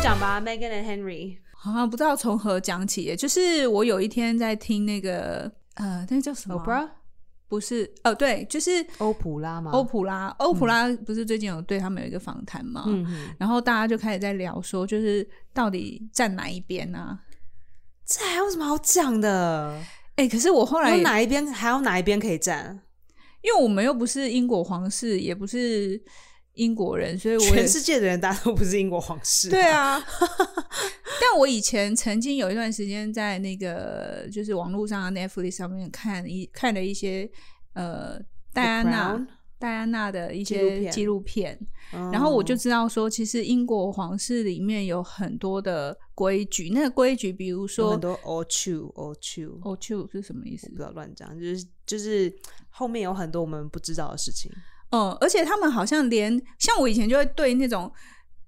Meghan and Henry？好像不知道从何讲起耶。就是我有一天在听那个呃，那叫什么 Oprah 不是哦，对，就是欧普拉啊吗？欧普拉，欧嗯普拉不是最近有对他们有一个访谈嘛？嗯嗯，然后大家就开始在聊说，就是到底站哪一边啊？这还有什么好讲的？哎、可是我后来有，哪一边还有哪一边可以站？因为我们又不是英国皇室，也不是英国人，所以我也全世界的人大家都不是英国皇室、对，啊，但我以前曾经有一段时间在那个就是网络上的 Netflix 上面看一看了一些呃戴安娜 Crown？戴安娜的一纪录些片纪录片，嗯然后我就知道说，其实英国皇室里面有很多的规矩，那个规矩比如有说很多 all true all true，哦，就是什么意思不？要乱讲，就是就是后面有很多我们不知道的事情。嗯，而且他们好像连像我以前就会对那种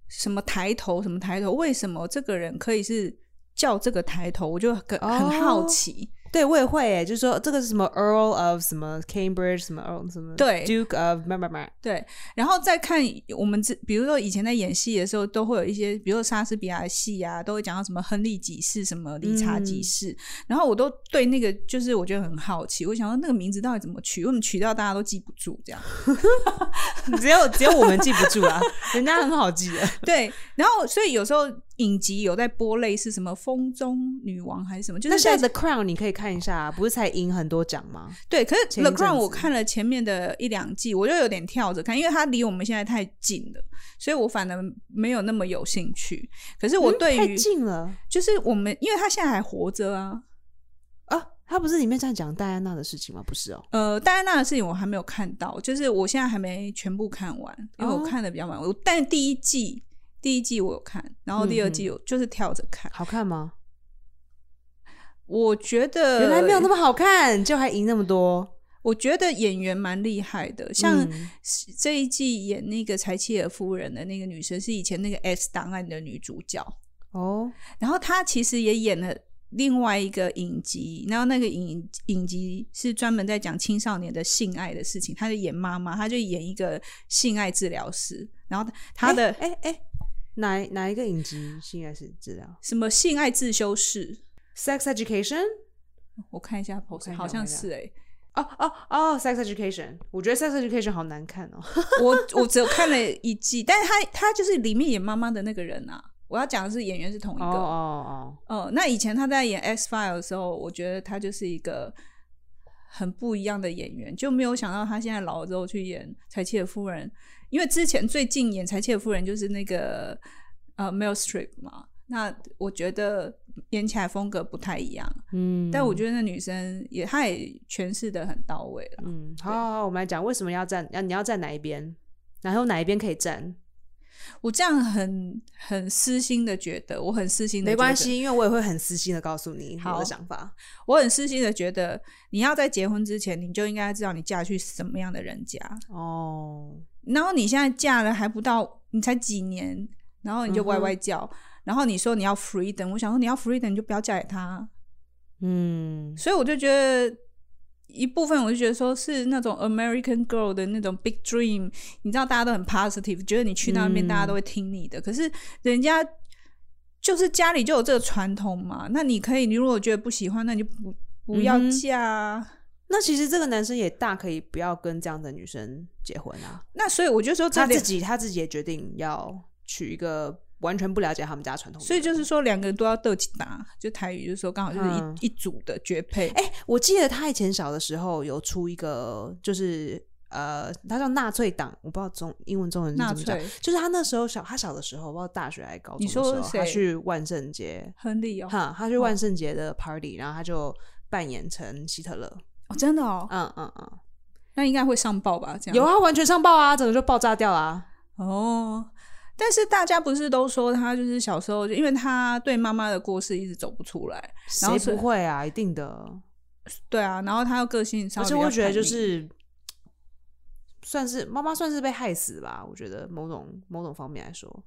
什么抬头什么抬头，为什么这个人可以是叫这个抬头，我就很很好哦奇。对，我也会诶，就是说这个是什么 Earl of 什么 Cambridge 什么 Earl 什么对 Duke of 嘛嘛嘛，对，然后再看我们这，比如说以前在演戏的时候，都会有一些，比如说莎士比亚的戏啊，都会讲到什么亨利几世、什么理查几嗯世，然后我都对那个就是我觉得很好奇，我想说那个名字到底怎么取，为什么取到大家都记不住这样？只有只有我们记不住啊， 人家很好记 的。对，然后所以有时候影集有在播类似什么《风中女王》还是什么，就那是现在在 The Crown 你可以看一下、啊，不是才赢很多奖吗？对，可是《前 The 一阵 Crown》我子看了前面的一两季，我就有点跳着看，因为它离我们现在太近了，所以我反而没有那么有兴趣。可是我对嗯太于、近了就是我们，因为他现在还活着啊。啊！他不是里面这样讲戴安娜的事情吗？不是哦，呃，戴安娜的事情我还没有看到，就是我现在还没全部看完，因为我哦看的比较晚。我但第一季，第一季我有看，然后第二嗯季有、就是跳着看。好看吗？我觉得原来没有那么好看，就还赢那么多。我觉得演员蛮厉害的，像嗯这一季演那个柴契尔夫人的那个女生是以前那个《S 档案》的女主角，哦，然后她其实也演了另外一个影集，然后那个影影集是专门在讲青少年的性爱的事情，她就演妈妈，她就演一个性爱治疗师，然后她的哎哎、哎哪哪一个影集性爱是治疗什么性爱自修室， ？Sex Education？我看一下 post，看一下好像我看一下是哎、欸哦哦哦，Sex Education，我觉得 Sex Education 好难看哦。我我只有看了一季，但是她她就是里面演妈妈的那个人啊，我要讲的是演员是同一 个。哦哦哦，那以前他在演《X File》的时候，我觉得他就是一个很不一样的演员，就没有想到他现在老了之后去演柴契尔夫人，因为之前最近演柴契尔夫人就是那个呃 Meryl Streep 嘛，那我觉得演起来风格不太一样，嗯，但我觉得，得那女生也她也诠释的很到位了。嗯，好好好，我们来讲为什么要站，要你要站哪一边，然后哪一边可以站，我这样很很私心的觉得，我很私心的，没关，系，因为我也会很私心的告诉你我好的想法。我很私心的觉得，你要在结婚之前，你就应该知道你嫁去什么样的人家。哦，然后你现在嫁了还不到，你才几年，然后你就嗯哼歪歪叫，然后你说你要 freedom，我想说你要 freedom 你就不要嫁给他，嗯，所以我就觉得一部分我就觉得说是那种 American girl 的那种 big dream，你知道大家都很 positive，觉得你去那边嗯大家都会听你的，可是人家。就是家里就有这个传统嘛，那你可以，你如果觉得不喜欢，那你就不不要嗯哼嫁啊。那其实这个男生也大可以不要跟这样的女生结婚啊，那所以我就说这他两自己他自己也决定要娶一个完全不了解他们家传统的人，所以就是说，两个人都要斗起打，就台语就是说，刚好就是一、嗯一组的绝配。哎、我记得他以前小的时候有出一个，就是呃，他叫纳粹党，我不知道中英文中文是纳怎么讲粹，就是他那时候小，他小的时候，不知道大学还是高中你的时候，说他谁去万圣节，亨利哦，哈，他去万圣节的 party，、然后他就扮演成希特勒，哦真的哦，嗯嗯嗯，那应该会上报吧？这样有，啊，完全上报啊，整个就爆炸掉啊，哦。但是大家不是都说他就是小时候，就因为他对妈妈的过世一直走不出来，然后谁是不会啊，一定的，对啊，然后他又个性而稍微且比较我觉得叛就逆是。算是妈妈算是被害死吧，我觉得某种某种方面来说，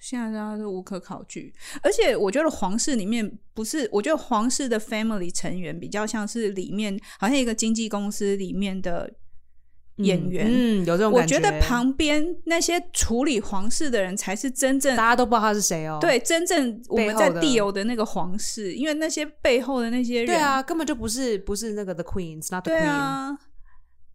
现在大家都无可考据，而且我觉得皇室里面不是，我觉得皇室的 family 成员比较像是里面好像一个经纪公司里面的演员。嗯，嗯有这种我感觉得旁边那些处理皇室的人才是真正大家都不知道他是谁哦。对真正我背们后在的地游的那个皇室，因为那些背后的那些人，对啊，根本就不是不是那个 The Queen，s not the 对 Queen，、啊，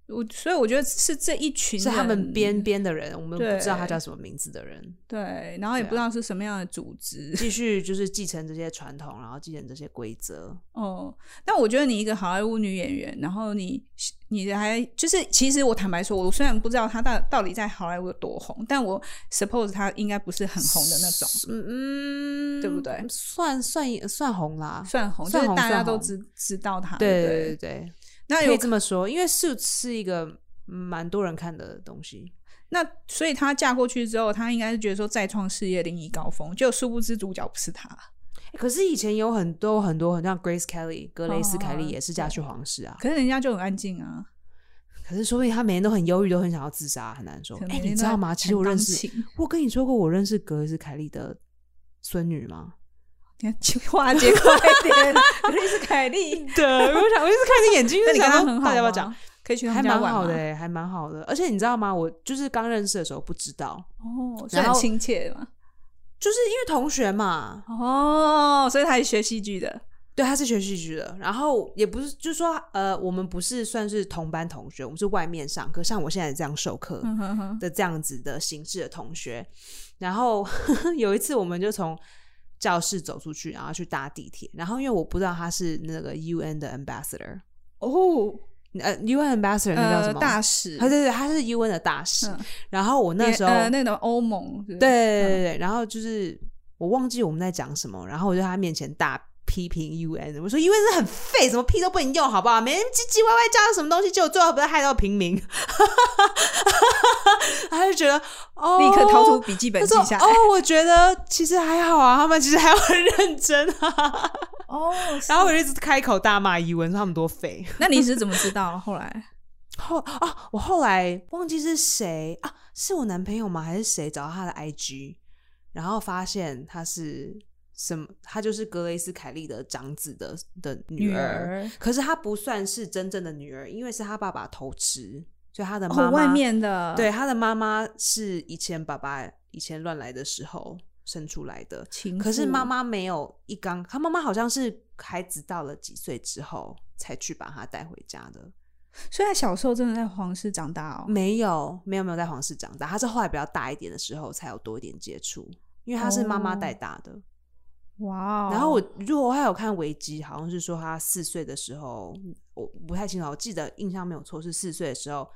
我所以我觉得是这一群是他们人边边的人，我们不知道他对叫什么名字的人，对，然后也对啊不知道是什么样的组织。继续就是继承这些传统，然后继承这些规则。哦，但我觉得你一个好莱坞女演员，然后你你还就是，其实我坦白说，我虽然不知道她到到底在好莱坞有多红，但我 suppose 她应该不是很红的那种，嗯嗯，对不对算算算红啦，算红，就算是红大家算都红知知道她。对对对对对，那可有以这么说，因为 Suits 是一个蛮多人看的东西。那所以她嫁过去之后，她应该是觉得说再创事业另一高峰，就殊不知主角不是她。可是以前有很多很多很像 Grace Kelly、格雷斯凯哦利也是嫁去皇室啊。可是人家就很安静啊，可是说不定她每天都很忧郁，都很想要自杀，很难说可。能哎，人你知家道吗？其实很我认钢识，琴我跟你说过，我认识格雷斯凯利的孙女吗？你看情话节快 点，格丽斯凯莉，对，呃我 想我就是看你眼睛， 就那你跟想她说很好，大家要不要讲？？可以去他还们家蛮玩好的、吗欸，还蛮好的。而且你知道吗？我就是刚认识的时候不知道，哦，是然很后亲切嘛。就是因为同学嘛，哦，所以他是学戏剧的。对，他是学戏剧的，然后也不是，就是说，呃，我们不是算是同班同学，我们是外面上课，像我现在这样授课嗯哼哼，的这样子的形式的同学。然后 有一次，我们就从教室走出去，然后去搭地铁。然后因为我不知道他是那个 UN 的 ambassador，哦，呃，UN ambassador 那叫什呃，么？大使，啊，对对，他是 UN 的大使。嗯然后我那连时候、呃那种欧盟，是不是对，对对对，然后就是我忘记我们在讲什么，然后我就在他面前大批评 UN，我说 UN 是很废，什么屁都不能用，好不好？每天唧唧歪歪加了什么东西，结果最后不是害到平民， 他就觉得哦，立刻掏出。笔记本他记说：“下哦来。，我觉得其实还好啊，他们其实还很认真啊。 哦，”然后我就一直开口大骂伊文，说他们多废。那你是怎么知道？后来后啊，我后来忘记是谁啊，是我男朋友吗？还是谁找到他的 IG，然后发现他是什么？他就是格雷斯凯利的长子的的女女儿可是他不算是真正的女儿，因为是他爸爸偷吃，所以他的妈妈、哦，外面的对他的妈妈是以前爸爸以前乱来的时候生出来的。情妇，可是妈妈没有一刚，他妈妈好像是孩子到了几岁之后才去把他带回家的。所以他小时候真的在皇室长大哦。没有，没有，没有在皇室长大，他是后来比较大一点的时候才有多一点接触，因为他是妈妈带大的。哇哦，然后我如果我还有看维基，好像是说他四岁的时候，我不太清楚，我记得印象没有错是四岁的时候，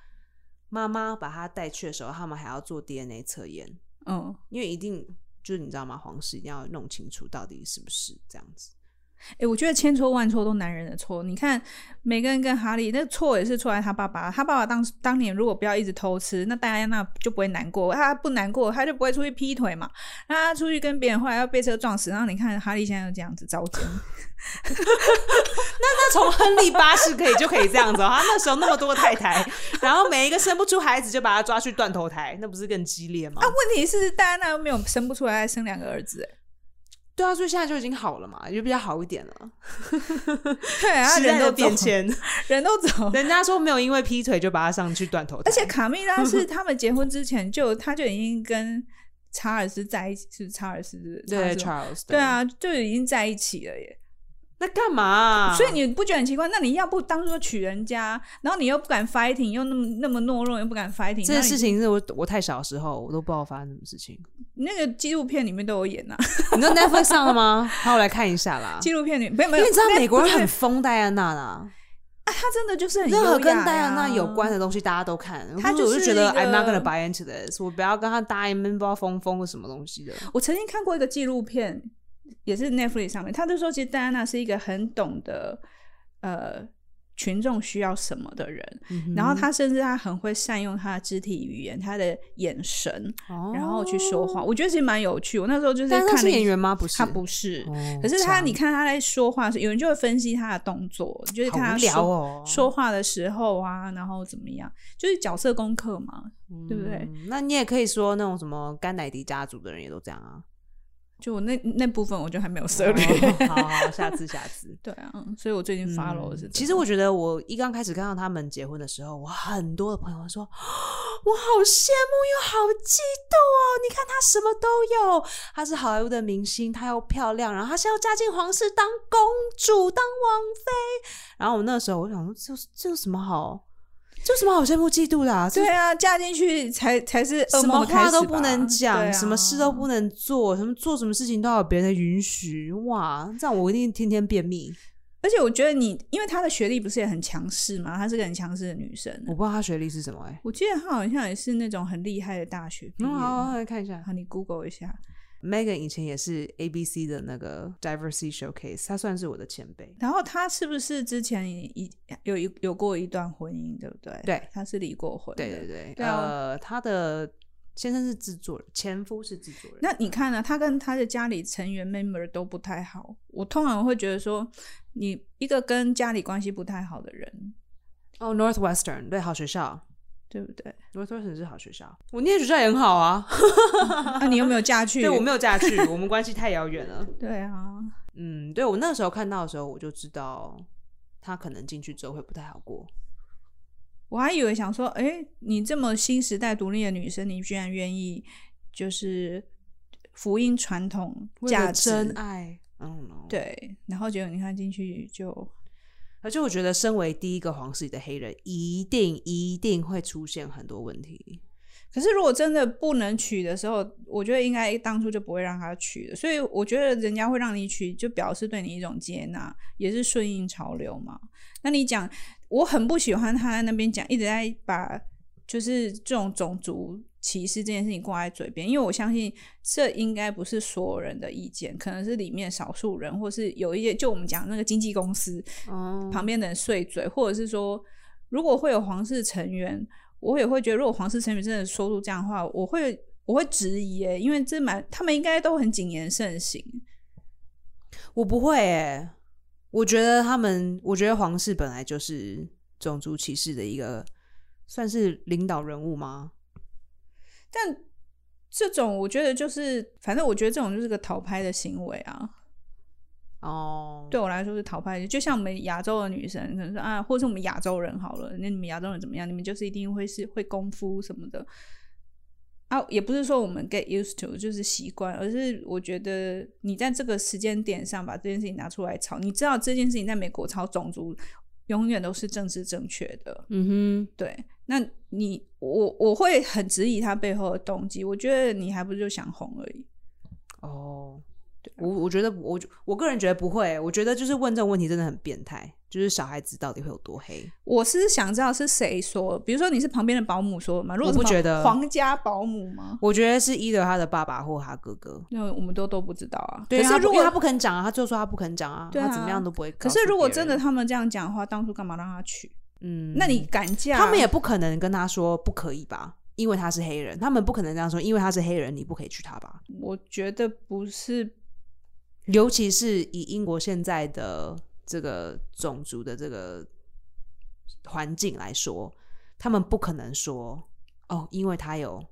妈妈把他带去的时候，他们还要做 DNA 测验，嗯，因为一定就是你知道吗？皇室一定要弄清楚到底是不是这样子。 哎、我觉得千错万错都男人的错。你看，梅根跟哈利那错也是错在他爸爸。他爸爸当当年如果不要一直偷吃，那戴安娜就不会难过。他不难过，他就不会出去劈腿嘛。那他出去跟别人，后来要被车撞死。然后你看哈利现在就这样子遭奸。 那从亨利八世可以就可以这样子、哦，他那时候那么多太太，然后每一个生不出孩子就把他抓去断头台，那不是更激烈吗？问题是戴安娜又没有生不出来，生两个儿子、 欸。对啊，所以现在就已经好了嘛，就比较好一点了。对啊，时代人的都变走，迁，人都 走。人家说没有因为劈腿就把他上去断头台，而且卡蜜拉是他们结婚之前就，他就已经跟查尔斯在一起，是不是查尔斯是不是查尔对斯 Charles，对，啊，就已经在一起了耶。那干嘛、所以你不觉得很奇怪？那你要不当初娶人家，然后你又不敢 fighting，又那么那么懦弱，又不敢 fighting，这件那你事情是我我太小的时候，我都不知道发生什么事情。那个纪录片里面都有演呐、 啊你知道 Netflix 上了吗？ 好，我来看一下啦。纪录片里没有啊因没有，为你知道那美国人不很是疯戴安娜啦，啊，他真的就是很任何优跟雅戴安娜呀有关的东西大家都看。她我就是就觉得一个 I'm not gonna buy into this，我不要跟他搭一闷包疯疯个什么东西的。我曾经看过一个纪录片，也是 Netflix 上面，他就说，其实戴安娜是一个很懂得呃群众需要什么的人，嗯然后她甚至她很会善用她的肢体语言、她的眼神，哦然后去说话。我觉得其实蛮有趣。我那时候就是戴看安娜了是一演员吗？不是，她不是，哦。可是他，这样你看他在说话的时候，有人就会分析他的动作，就是看好他无说、聊哦，说话的时候啊，然后怎么样，就是角色功课嘛。对不对 嗯那你也可以说那种什么甘乃迪家族的人也都这样啊，就我那那部分我就还没有涉猎。哦好好好，下次下次。 对啊，所以我最近 follow 的是这个、嗯其实我觉得，我一刚开始看到他们结婚的时候，我很多的朋友说，我好羡慕又好嫉妒哦！你看他什么都有，他是好莱坞的明星，她又漂亮，然后她是要嫁进皇室当公主、当王妃。然后我那时候我想说，这有这有什么好，这有什么好羡慕嫉妒的、啊？这对啊，嫁进去才才是什噩么梦的开话始吧都不能讲，对啊什么事都不能做，什么做什么事情都要有别人的允许。哇，这样我一定天天便秘。而且我觉得你，因为她的学历不是也很强势嘛，她是个很强势的女生。啊我不知道他学历是什么、欸，哎，我记得她好像也是那种很厉害的大学毕业。嗯，好好好来看一下。好，你 Google 一下， Megan 以前也是 ABC 的那个 Diversity Showcase，她算是我的前辈。然后她是不是之前一有一有过一段婚姻，对不对？对，她是离过婚的。对对对，对啊呃，她的先生是制作人，前夫是制作人。那你看呢、啊她跟她的家里成员 member 都不太好。我通常会觉得说，你一个跟家里关系不太好的人，哦、n o r t h w e s t e r n 对，好学校对不 对？ ，Northwestern 是好学校，我念的学校也很好啊。那、你有没有嫁去？对我没有嫁去，我们关系太遥远了。对啊，嗯，对我那时候看到的时候，我就知道她可能进去之后会不太好过。我还以为想说，哎、你这么新时代独立的女生，你居然愿意就是福音传统为价了值，真爱，I don't know。，对。然后结果你看进去就而且我觉得身为第一个皇室里的黑人，一定一定会出现很多问题。可是如果真的不能娶的时候，我觉得应该当初就不会让他娶的。所以我觉得人家会让你娶，就表示对你一种接纳，也是顺应潮流嘛。那你讲，我很不喜欢他在那边讲，一直在把就是这种种族歧视这件事情挂在嘴边，因为我相信这应该不是所有人的意见，可能是里面少数人，或是有一些就我们讲那个经纪公司，哦、旁边的人碎嘴，或者是说，如果会有皇室成员，我也会觉得，如果皇室成员真的说出这样的话，我会我会质疑耶，因为这蛮他们应该都很谨言慎行。我不会诶、我觉得他们，我觉得皇室本来就是种族歧视的一个算是领导人物吗？但这种我觉得就是，反正我觉得这种就是个讨拍的行为啊，哦，对我来说是讨拍的。就像我们亚洲的女生，可能说啊，或者是我们亚洲人好了，那你们亚洲人怎么样？你们就是一定会是会功夫什么的。啊，也不是说我们 get used to 就是习惯，而是我觉得你在这个时间点上把这件事情拿出来吵，你知道这件事情在美国吵种族永远都是政治正确的，嗯对。那你我我会很质疑他背后的动机，我觉得你还不如就想红而已。哼，哦，啊我我觉得我我个人觉得不会、我觉得就是问这种问题真的很变态，就是小孩子到底会有多黑？我是想知道是谁说，比如说你是旁边的保姆说的嘛？如果我是不皇觉得皇家保姆吗？我觉得是依的他的爸爸或他哥哥。那我们都都不知道啊。对，可他不是如因为果他不肯讲啊，他就说他不肯讲啊，对啊他怎么样都不会告可诉别人。是如果真的他们这样讲的话，当初干嘛让他去？嗯，那你啊敢嫁？他们也不可能跟他说不可以吧，因为他是黑人，他们不可能这样说，因为他是黑人，你不可以娶他吧？我觉得不是尤其是以英国现在的这个种族的这个环境来说，他们不可能说哦，因为他有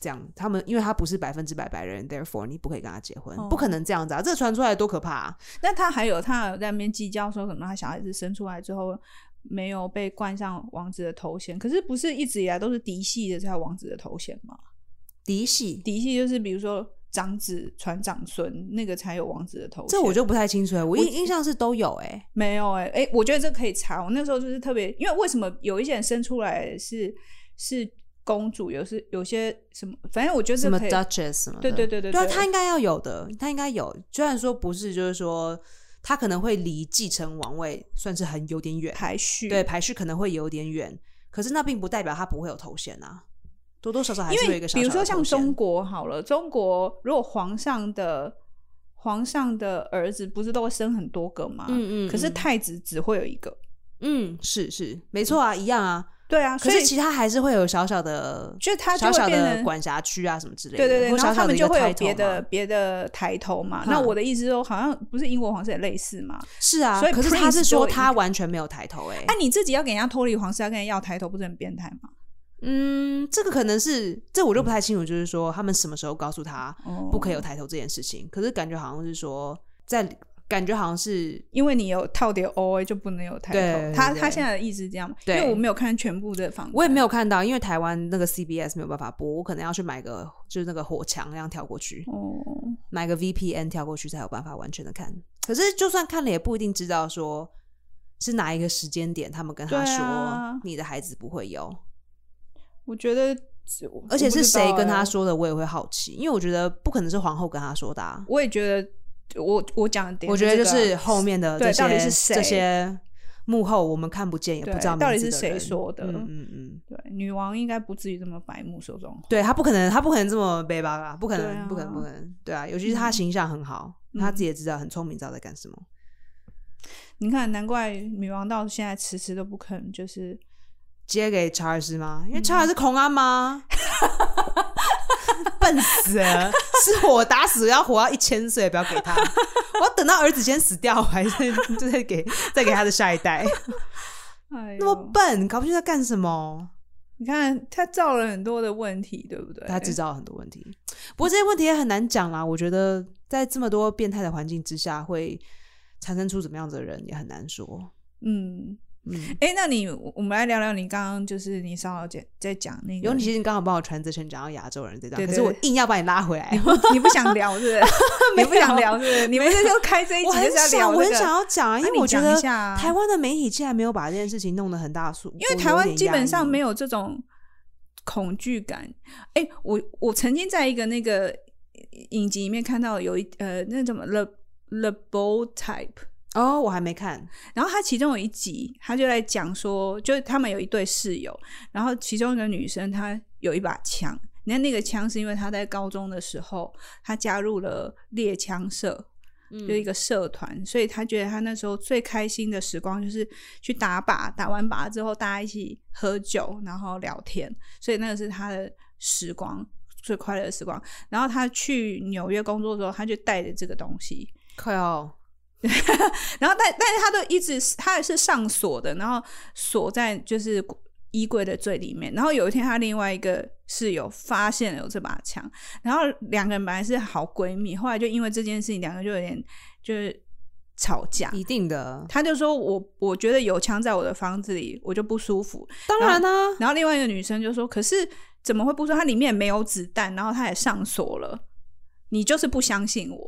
这样，他们因为他不是百分之百白人，therefore 你不可以跟他结婚，哦不可能这样子啊！这传出来多可怕、啊！那他还有他有在那边计较说什么？他小孩子生出来之后没有被冠上王子的头衔，可是不是一直以来都是嫡系的才有王子的头衔吗？嫡系，嫡系就是比如说长子传长孙，那个才有王子的头衔。这我就不太清楚了，我印印象是都有哎、没有哎、欸、哎、我觉得这可以查。我那时候就是特别，因为为什么有一些人生出来是是公主，有是有些什么，反正我觉得什这么可以。 Duchess 什么的，对对对对对啊，对他应该要有的，他应该有。虽然说不是，就是说他可能会离继承王位算是很有点远，排序对，排序可能会有点远，可是那并不代表他不会有头衔啊，多多少少还因是会有为一个小比如小说的像头衔中国好了，中国如果皇上的皇上的儿子不是都会生很多个吗？嗯嗯嗯可是太子只会有一个。嗯，是是，没错啊，一样啊。对啊，可所是以其他还是会有小小的，就他就小会小变的成管辖区啊什么之类的，对对对，或然小小后他的们一就个会有 title 别的嘛，别的抬头嘛。那哈我的意思是说，好像不是英国皇室也类似嘛？是啊。所以可是他 prince 是就说有一他个啊完全没有抬头哎、哎、你自己要给人家脱离皇室，要跟人家要抬头，不是很变态吗？嗯，这个可能是这我就不太清楚，就是说他们什么时候告诉他哦不可以有抬头这件事情，可是感觉好像是说在感觉好像是因为你有套叠 O A 就不能有抬头。对他对他现在的意思是这样嘛？因对为我没有看全部的访谈，我也没有看到，因为台湾那个 CBS 没有办法播，我可能要去买个就是那个火墙那样跳过去，哦，买个 VPN 跳过去才有办法完全的看。可是就算看了，也不一定知道说是哪一个时间点，他们跟他对说、啊你的孩子不会有，我觉得，而且我不是知道谁跟他欸？说的，我也会好奇，因为我觉得不可能是皇后跟他说的、啊，我也觉得，我我讲的点，我觉得啊就是后面的对这到底些是谁这些幕后我们看不见也不对知道到底名字是的谁人说的嗯嗯嗯。对女王应该不至于这么白目说这种话。对他不可能，他不可能这么背包啊，不可对能，啊嗯不可能，不可能，对啊，尤其是他形象很好，他自己也知道很聪明，知道在干什么。你看，难怪女王到现在迟迟都不肯，就是接给查尔斯吗？因为嗯查尔斯恐安吗？ 笨死了！是我打死要活到一千岁，不要给他，我要等到儿子先死掉，我还是就再给再给他的下一代。哎呦，那么笨，搞不清楚在干什么。你看她造了很多的问题，对不对？他制造了很多问题，不过这些问题也很难讲啦。我觉得在这么多变态的环境之下，会产生出怎么样子的人也很难说。嗯，嗯，哎、那你我们来聊聊你刚刚就是你稍早姐在讲那个，有你其实你刚好帮我传这圈讲到亚洲人这张，对可对是我对硬要把你拉回来你。不你不想聊是不是？你不想聊是不是？你们这就开这一集 我很就是要想，聊、这个我很想要讲啊，因为我觉得那你讲一下啊台湾的媒体竟然没有把这件事情弄得很大数，因为台湾基本上没有有这种恐惧感。哎、我我曾经在一个那个影集里面看到有一呃那怎么 the the bold type，哦，我还没看，然后他其中有一集，他就在讲说，就是他们有一对室友，然后其中一个女生她有一把枪，你看那个枪是因为她在高中的时候，她加入了猎枪社，嗯就一个社团，所以她觉得她那时候最开心的时光就是去打靶，打完靶之后大家一起喝酒，然后聊天，所以那个是她的时光。最快乐的时光，然后她去纽约工作的时候，她就带着这个东西，快哦，然后但但是他都一直他也是上锁的，然后锁在就是衣柜的最里面。然后有一天，他另外一个室友发现了有这把枪，然后两个人本来是好闺蜜，后来就因为这件事情，两个就有点就是吵架。一定的，他就说我我觉得有枪在我的房子里，我就不舒服。 当然啦、然后另外一个女生就说：“可是怎么会不说？它里面也没有子弹，然后它也上锁了，你就是不相信我。”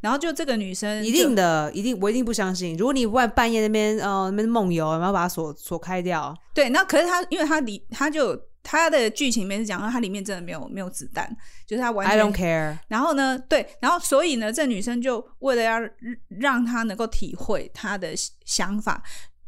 然后就这个女生一就定的，一定，我一定不相信。如果你半半夜那边呃那边梦游，然后把它锁锁开掉，对，那可是他，因为他里他就他的剧情里面是讲到他里面真的没有没有子弹，就是他完 I don't 全。 care。然后呢，对，然后所以呢，这女生就为了要让让他能够体会他的想法，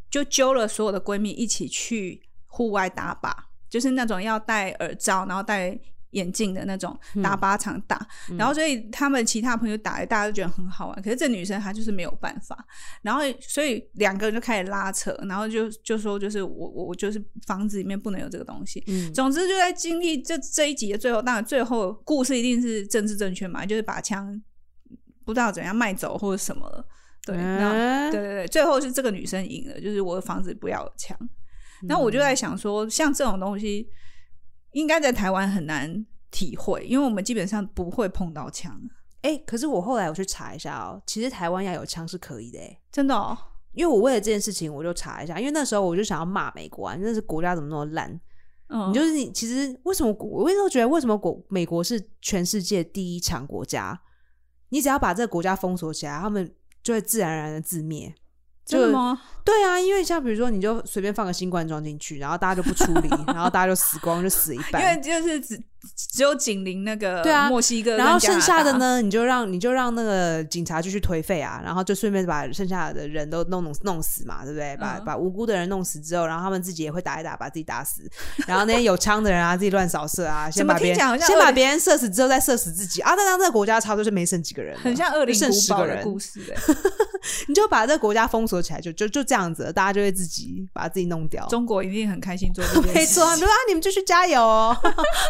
就揪了所有的闺蜜一起去户外打靶，就是那种要戴耳罩，然后戴。眼镜的那种打靶场打，然后所以他们其他朋友打，大家都觉得很好玩。可是这女生她就是没有办法，然后所以两个人就开始拉扯，然后就就说就是我我我就是房子里面不能有这个东西。嗯总之就在经历这这一集的最后，当然最后故事一定是政治正确嘛，就是把枪不知道怎样卖走或者什么了。对，然后嗯对对对，最后是这个女生赢了，就是我的房子不要有枪。嗯那我就在想说，像这种东西，应该在台湾很难体会，因为我们基本上不会碰到枪，哎、可是我后来我去查一下哦，其实台湾要有枪是可以的哎、真的哦。因为我为了这件事情，我就查一下，因为那时候我就想要骂美国啊，那是国家怎么那么烂？嗯，你就是你，其实为什么国？我为什么觉得为什么国美国是全世界第一强国家？你只要把这个国家封锁起来，他们就会自然而然的自灭。真的就吗？对啊，因为像比如说，你就随便放个新冠状进去，然后大家就不处理，然后大家就死光，就死一因半。为就是只只有紧邻那个对啊墨西哥，然后剩下的？呢，你就让你就让那个警察继续颓废啊，然后就顺便把剩下的人都弄弄弄死嘛，对不对？把、嗯把无辜的人弄死之后，然后他们自己也会打一打，把自己打死。 然后那些有枪的人啊，自己乱扫射啊，先怎么把别听起来好人像先恶把灵别人射死之后再射死自己啊！那让这个国家差不多就没剩几个人了，很像恶灵就剩古十堡个的人，故事、欸，你就把这个国家封锁起来，就就就这样子了，大家就会自己把自己弄掉。中国一定很开心做这件事。没错，你说啊，你们继续加油哦，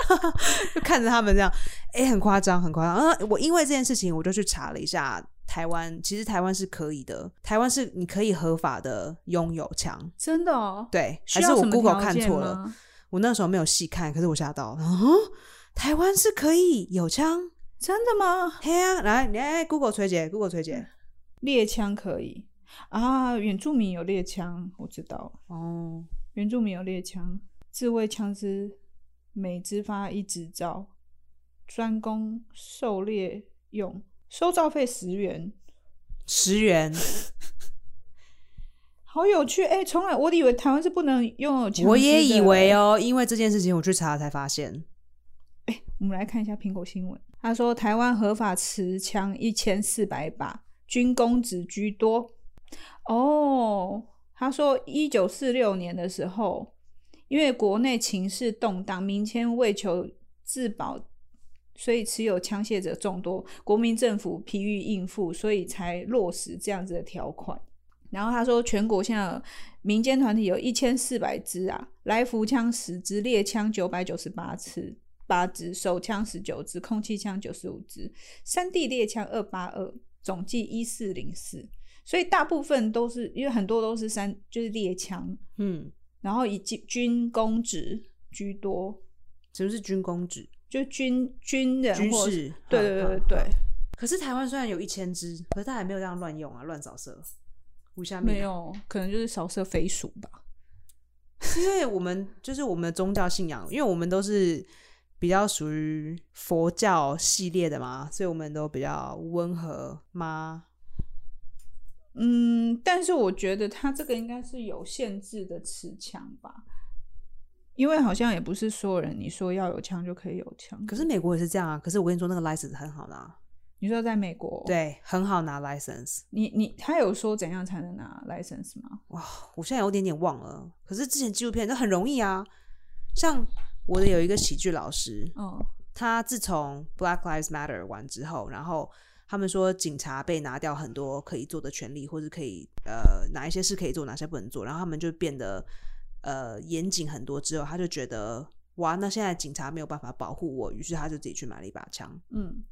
就看着他们这样，哎、很夸张，很夸张。然后我因为这件事情，我就去查了一下台湾，其实台湾是可以的，台湾是你可以合法的拥有枪，真的哦，对，还需是要我什么 Google 条看件错了？吗？我那时候没有细看，可是我吓到了，嗯，台湾是可以有枪，真的吗？嘿啊，来，你来 Google 崔姐，Google 崔姐，猎枪可以啊，原住民有猎枪，我知道，哦，原住民有猎枪，自卫枪支每支发一执照，专攻狩猎用，收照费十元。十 元，好有趣哎！从来我以为台湾是不能拥有枪支的我也以啊为。哦，因为这件事情我去查才发现，我们来看一下苹果新闻，他说台湾合法持枪一千四百把，军工职居多。哦，他说一九四六年的时候，因为国内情势动荡，民间为求自保，所以持有枪械者众多，国民政府疲于应付，所以才落实这样子的条款。然后他说，全国现在有民间团体有一千四百支啊，来福枪十支，猎枪九百九十八支，八支，手枪十九支，空气枪九十五支，山地猎枪二八二，总计一四零四。所以大部分都是因为很多都是山，就是猎枪，嗯，然后以及军工职居多，是不是军工职、就军军嗯人军或事？嗯哈对对对对。哈对哈，可是台湾虽然有一千只，可是他还没有这样乱用啊，乱扫射。无下啊面没，有，可能就是扫射飞鼠吧。是因为我们就是我们的宗教信仰，因为我们都是比较属于佛教系列的嘛，所以我们都比较温和嘛。嗯，但是我觉得它这个应该是有限制的持枪吧，因为好像也不是所有人你说要有枪就可以有枪。可是美国也是这样啊。可是我跟你说，那个 license 很好拿，你说在美国，，对，很好拿 license。你你他有说怎样才能拿 license 吗？哇，我现在有点点忘了。可是之前纪录片都很容易啊，像我的有一个喜剧老师，嗯，他自从 Black Lives Matter 完之后，然后他们说警察被拿掉很多可以做的权利，或者可以呃哪一些事可以做，哪些不能做，然后他们就变得呃严谨很多。之后他就觉得哇，那现在警察没有办法保护我，于是他就自己去买了一把枪。嗯，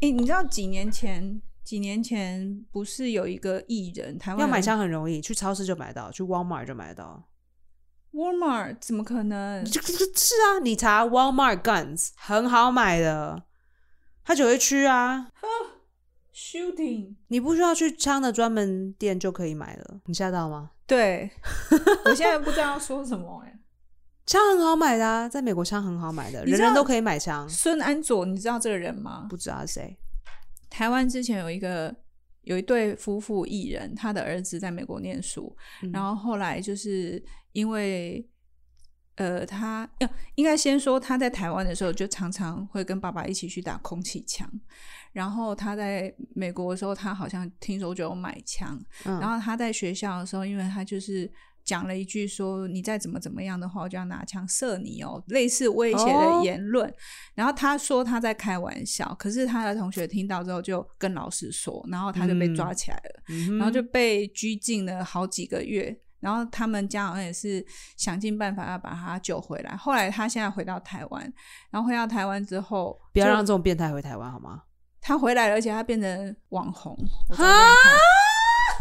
诶，你知道几年前几年前不是有一个艺人台湾要买人枪很容易，去超市就买到，去 Walmart 就买得到。 Walmart 怎么可能？这个是啊，你查 Walmart guns 很好买的，它九一区啊， shooting。你不需要去枪的专门店就可以买了。你吓到吗？对， 我现在不知道要说什么哎、枪很好买的、啊，在美国枪很好买的，你知人道人都可以买枪。孙安佐，你知道这个人吗？不知道是谁，台湾之前有一个有一对夫妇艺人，他的儿子在美国念书，嗯然后后来就是因为。呃，他呃应该先说他在台湾的时候，就常常会跟爸爸一起去打空气枪。然后他在美国的时候，他好像听说就有买枪。嗯然后他在学校的时候，因为他就是讲了一句说：“你再怎么怎么样的话，我就要拿枪射你哦。”类似威胁哦的言论。然后他说他在开玩笑，可是他的同学听到之后就跟老师说，然后他就被嗯抓起来了，嗯哼然后就被拘禁了好几个月。然后他们家好像也是想尽办法要把他救回来。后来他现在回到台湾，然后回到台湾之后，不要就让这种变态回台湾好吗？他回来了，而且他变成网红。我昨天看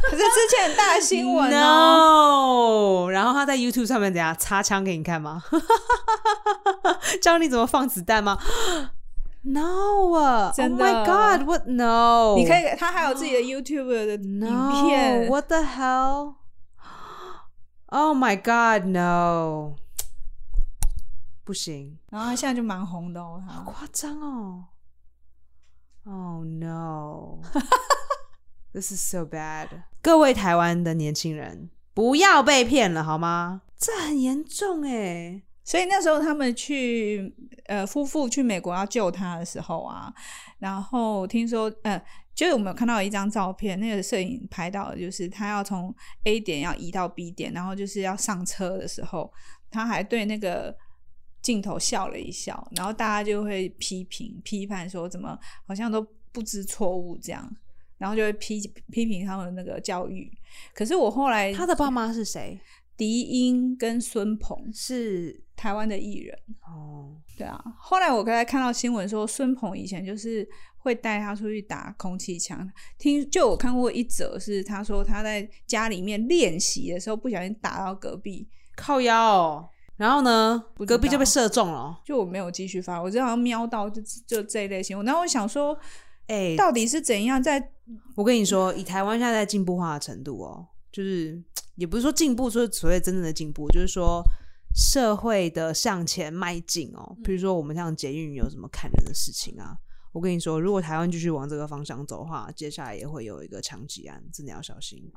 可是之前很大的新闻哦。 No，然后他在 YouTube 上面怎样插枪给你看吗？ 教你怎么放子弹吗 ？No 啊真的，Oh my God，What No？你可以，他还有自己的 YouTube 的影哦 No 片。 What the hell？Oh my God，No！不行，然后他现在就蛮红的哦，他夸张哦。Oh no. This is so bad. 各位台湾的年轻人，不要被骗了好吗？这很严重哎、所以那时候他们去呃夫妇去美国要救他的时候啊，然后听说呃，就是我们有看到一张照片，那个摄影拍到的就是他要从 A 点要移到 B 点，然后就是要上车的时候，他还对那个。镜头笑了一笑，然后大家就会批评、批判说怎么好像都不知错误这样，然后就会批批评他们那个教育。可是我后来他的爸妈是谁？迪英跟孙鹏是台湾的艺人，哦，对啊，后来我刚才看到新闻说，孙鹏以前就是会带他出去打空气枪。听，就我看过一则是，他说他在家里面练习的时候不小心打到隔壁，靠腰哦。然后呢不，知隔壁就被道射中了。哦就我没有继续发，我就好像瞄到就就这一类型。然后我想说，哎、到底是怎样在我跟你说，以台湾现在在进步化的程度哦，就是也不是说进步，就是所谓真正的进步，就是说社会的向前迈进哦。比如嗯说我们像捷运有什么砍人的事情啊，我跟你说，如果台湾继续往这个方向走的话，接下来也会有一个枪击案，真的要小心。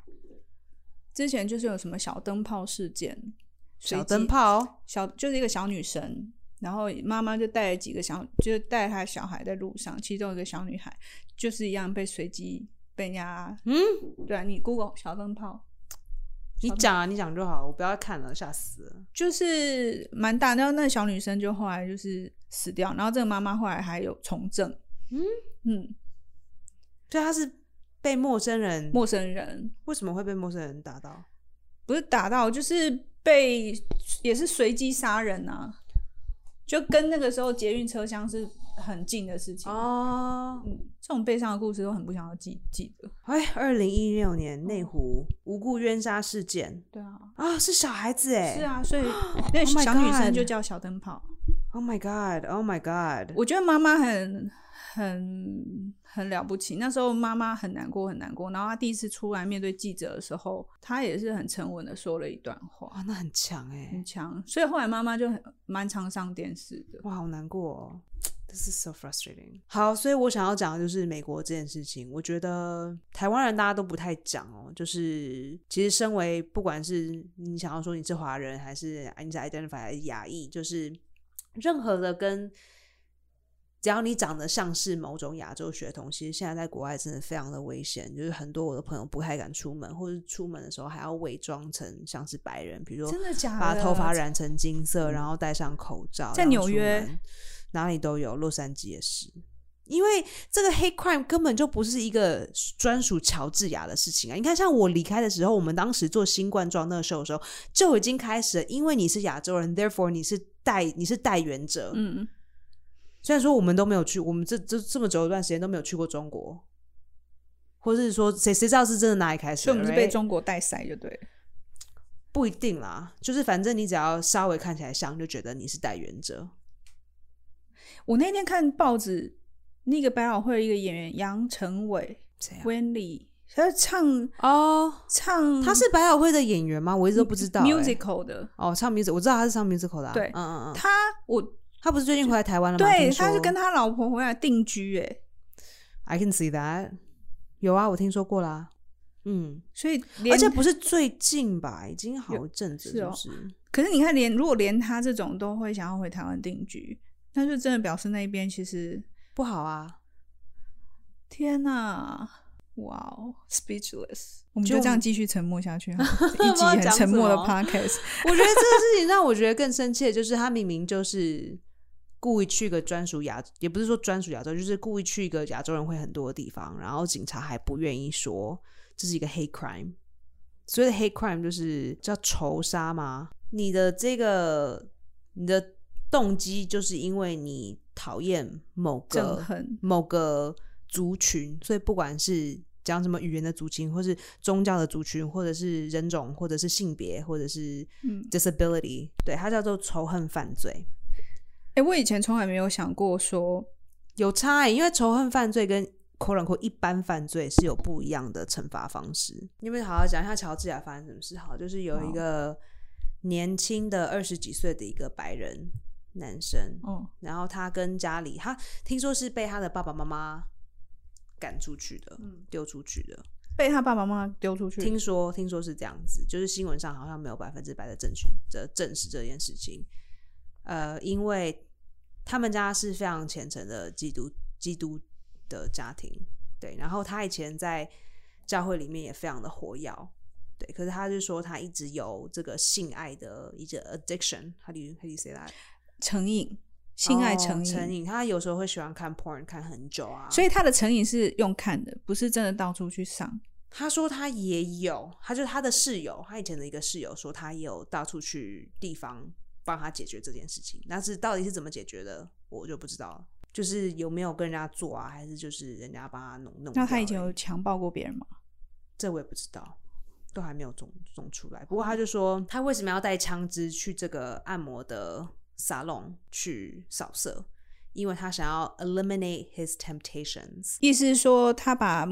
之前就是有什么小灯泡事件，随小机灯泡，哦小就是一个小女生，然后妈妈就带了几个小，就是带她小孩在路上，其中一个小女孩就是一样被随机被人家，嗯，对啊，你 Google 小灯泡你讲啊，你讲就好，我不要看了，吓死了。就是蛮大，然后那个小女生就后来就是死掉，然后这个妈妈后来还有从政，嗯嗯，对，他是被陌生人，陌生人为什么会被陌生人打到？不是打到，就是被也是随机杀人啊，就跟那个时候捷运车厢是很近的事情。哦，嗯，这种悲伤的故事都很不想要记记得。哎，二零一六年内湖无故冤杀事件对啊，啊，是小孩子哎、是啊， 所以那 my 小女生 God 就叫小灯泡。 o h Oh my God，Oh my God，我觉得妈妈很很很了不起，那时候妈妈很难过很难过，然后她第一次出来面对记者的时候，她也是很沉稳的说了一段话，哇，那很强哎、很强。所以后来妈妈就很蛮常上电视的。哇，好难过、哦。This is so frustrating。好，所以我想要讲的就是美国这件事情。我觉得台湾人大家都不太讲哦，就是其实身为不管是你想要说你是华人，还是你是 identify 还是亚裔，就是任何的跟只要你长得像是某种亚洲血统，其实现在在国外真的非常的危险。就是很多我的朋友不太敢出门，或是出门的时候还要伪装成像是白人，比如说真的假的？嗯把头发染成金色，然后戴上口罩。在然后纽出约门哪里都有，洛杉矶也是。因为这个黑 crime 根本就不是一个专属乔治亚的事情啊！你看，像我离开的时候，我们当时做新冠状那个秀的时候，就已经开始了，因为你是亚洲人，therefore 你是带你是带源者。嗯，虽然说我们都没有去，我们这这这么久一段时间都没有去过中国，或是说谁谁知道是真的哪里开始的？所以我们是被 right？中国带塞就对了。不一定啦，就是反正你只要稍微看起来像，就觉得你是代言者。我那天看报纸，那个百老汇一个演员杨成伟谁 w e n l y 他唱哦，唱他是百老汇的演员吗？我一直都不知道欸、嗯 musical 的，哦，唱 music，我知道他是唱 musical 的、啊。对嗯嗯嗯，他我他不是最近回来台湾了吗？对听说他是跟他老婆回来定居哎， I can see that。有啊，我听说过啦。嗯，所以而连且不是最近吧，已经好一阵子，是是哦不是？可是你看连如果连他这种都会想要回台湾定居，那就真的表示那边其实不好啊，天哪。哇哦、s p e e c h l e s s 我们就就这样继续沉默下 去哈，道一集很讲沉默的什么 podcast。我觉得这个事情让我觉得更生气的就是，他明明就是故意去一个专属亚，也不是说专属亚洲，就是故意去一个亚洲人会很多的地方，然后警察还不愿意说这是一个 hate crime。所谓的 hate crime 就是叫仇杀吗？你的这个你的动机就是因为你讨厌某憎个恨某个族群，所以不管是讲什么语言的族群，或是宗教的族群，或者是人种，或者是性别，或者是嗯 disability，、对，它叫做仇恨犯罪。哎、我以前从来没有想过说，有差、欸，因为仇恨犯罪跟 “quote unquote” 一般犯罪是有不一样的惩罚方式。你们好好讲一下乔治亚发生什么事好，就是有一个年轻的二十几岁的一个白人男生，哦，然后他跟家里，他听说是被他的爸爸妈妈赶出去的，嗯丢出去的。被他爸爸妈妈丢出去，听说听说是这样子，就是新闻上好像没有百分之百的证据的证实这件事情。呃，因为他们家是非常虔诚的基督基督的家庭，对，然后他以前在教会里面也非常的活跃，对，可是他就说他一直有这个性爱的一个 addiction，how do you how do you say that？成瘾，性爱哦成瘾、成瘾，他有时候会喜欢看 porn 看很久啊，所以他的成瘾是用看的，不是真的到处去上。他说他也有，他就是他的室友，他以前的一个室友说他也有到处去地方帮他解决这件事情，但是到底是怎么解决的，我就不知道了。就是有没有跟人家做啊，还是就是人家帮他弄弄掉而已？那他以前有强暴过别人吗？这我也不知道，都还没有种种出来。不过他就说，他为什么要带枪支去这个按摩的沙龙去扫射？因为他想要 eliminate his temptations。意思是说他把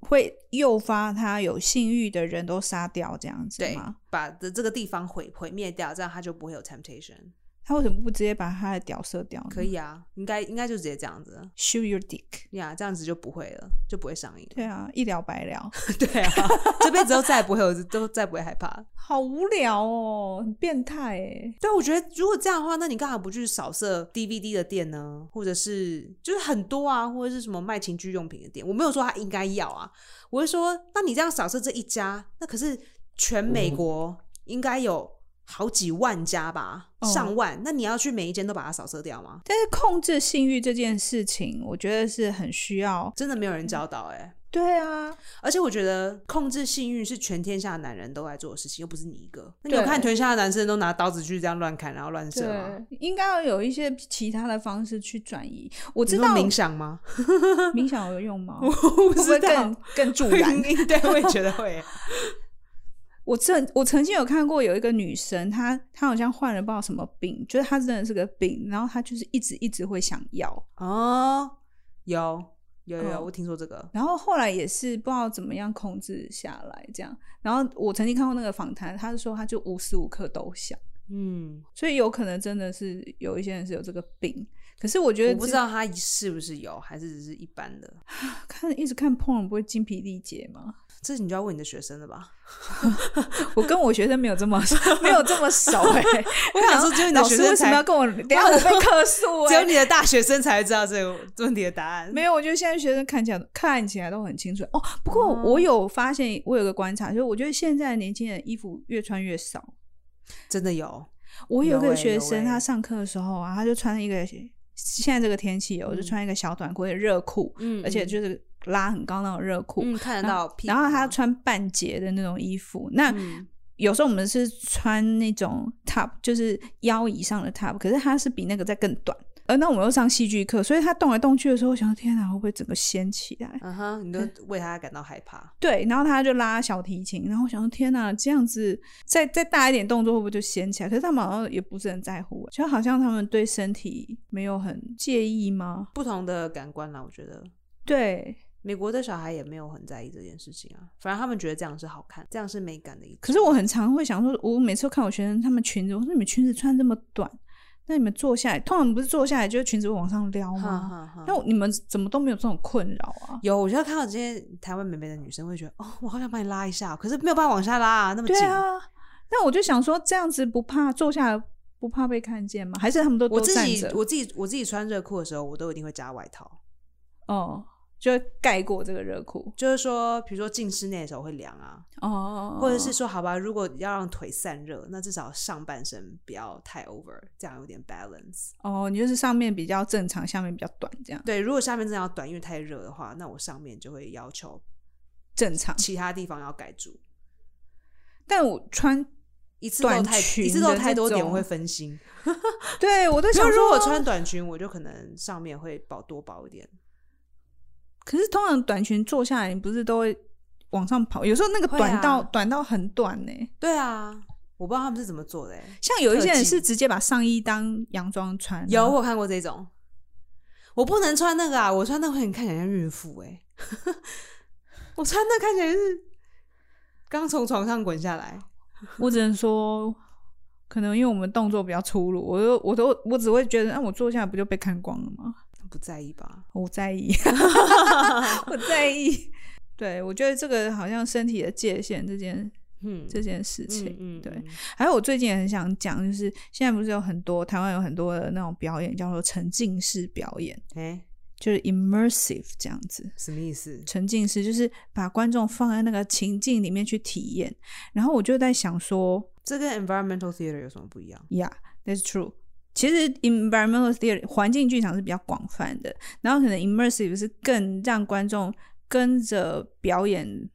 会诱发他有性欲的人都杀掉，这样子对吗？，把这这个地方毁毁灭掉，这样他就不会有 temptation。他为什么不直接把他的屌射掉呢？可以啊，应该应该就直接这样子了， shoot your dick。呀、这样子就不会了，就不会上 瘾了。对啊，一了百了，对啊，这辈子都再也不会有，都再也不会害怕了。好无聊哦，很变态哎。对，我觉得如果这样的话，那你干嘛不去扫射 DVD 的店呢？或者是就是很多啊，或者是什么卖情趣用品的店？我没有说他应该要啊，我是说，那你这样扫射这一家，那可是全美国应该有好几万家吧，哦上万。那你要去每一间都把它扫射掉吗？但是控制性欲这件事情，我觉得是很需要。真的没有人教导哎、对啊，而且我觉得控制性欲是全天下男人都在做的事情，又不是你一个。那你有对看全天下的男生都拿刀子去这样乱砍，然后乱射吗？对，应该要有一些其他的方式去转移。我你知说道冥想吗？冥想有用 吗？不会不会更 更助燃？ 对，我也觉得会。我曾我曾经有看过有一个女生，她她好像患了不知道什么病，就是她真的是个病，然后她就是一直一直会想要，哦，有有有有，嗯我听说这 个。然后后来也是不知道怎么样控制下来这样。然后我曾经看过那个访谈，她是说她就无时无刻都想，嗯，所以有可能真的是有一些人是有这个病。可是我觉得我不这知道他是不是有，还是只是一般的。看一直看 porn 不会精疲力竭吗？ 这你就要问你的学生了吧？我跟我学生没有这么 没有这么熟 哎、我想说，只有你的老学师生为什么要才，跟我？等一 下我被客诉、只有哎。你的大学生才知道这个问题的答案。没有，我觉得现在学生看起来看起来都很清纯哦。不过我有发现，我有个观察，就是我觉得现在的年轻人衣服越穿越少。真的有，我有一有个欸学有生，欸他上课的时候啊，他就穿一个现在这个天气哦，就嗯穿一个小短裤、热裤，嗯而且就是拉很高那种热裤，嗯看得到屁股然吗，后他穿半截的那种衣服。那、嗯有时候我们是穿那种 top，就是腰以上的 top，可是它是比那个再更短。呃，那我们又上戏剧课，所以他动来动去的时候，我想天哪，会不会整个掀起来？嗯哼，你都为他感到害怕。对，然后他就拉小提琴，然后我想说天哪，这样子再再大一点动作会不会就掀起来？可是他们好像也不是很在乎，欸就好像他们对身体没有很介意吗？不同的感官啦，我觉得对，美国的小孩也没有很在意这件事情啊，反正他们觉得这样是好看，这样是美感的一种。可是我很常会想说，我每次都看我学生他们裙子，我说你们裙子穿这么短，那你们坐下来，通常不是坐下来就是裙子会往上撩哈哦吗？哈哈那我你们怎么都没有这种困扰啊？有，我就会看到这些台湾美眉的女生，会觉得哦，我好想把你拉一下哦，可是没有办法往下拉、啊，那么紧。对啊，那我就想说，这样子不怕坐下来不怕被看见吗？还是他们都我都自站己着我自己我自己穿热裤的时候，我都一定会加外套。哦，就盖过这个热裤就是说，比如说进室内的时候会凉啊，哦，或者是说，好吧，如果要让腿散热，那至少上半身不要太 over，这样有点 balance。哦，你就是上面比较正常，下面比较短，这样对，如果下面真的要短，因为太热的话，那我上面就会要求正常。其他地方要盖住。但我穿，一次露短太裙一次露的太这多点，种我会分心。对我都就想如说，果穿，短裙，我就可能上面会薄多薄一点。可是通常短裙坐下来，你不是都会往上跑？有时候那个会短啊到、短到很短呢、对啊，我不知道他们是怎么做的、欸。像有一些特人技是直接把上衣当洋装穿啊，有我有看过这种，我不能穿那个啊，我穿那个会很看起来像孕妇哎、 我穿那看起来是刚从床上滚下来。我只能说，可能因为我们动作比较粗鲁，我都我都我只会觉得，那、我坐下来不就被看光了吗？不在意吧？我 在意，我在意。对，我觉得这个好像身体的界限这件嗯，这件事情，嗯对。嗯还有我最近也很想讲，就是现在不是有很多台湾有很多的那种表演叫做沉浸式表演，哎、就是 immersive 这样子。什么意思？沉浸式就是把观众放在那个情境里面去体验，然后我就在想说，这跟 environmental theater 有什么不一样？ Yeah, that's true. 其实 environmental theater 环境剧场是比较广泛的，然后可能 immersive 是更让观众跟着表演，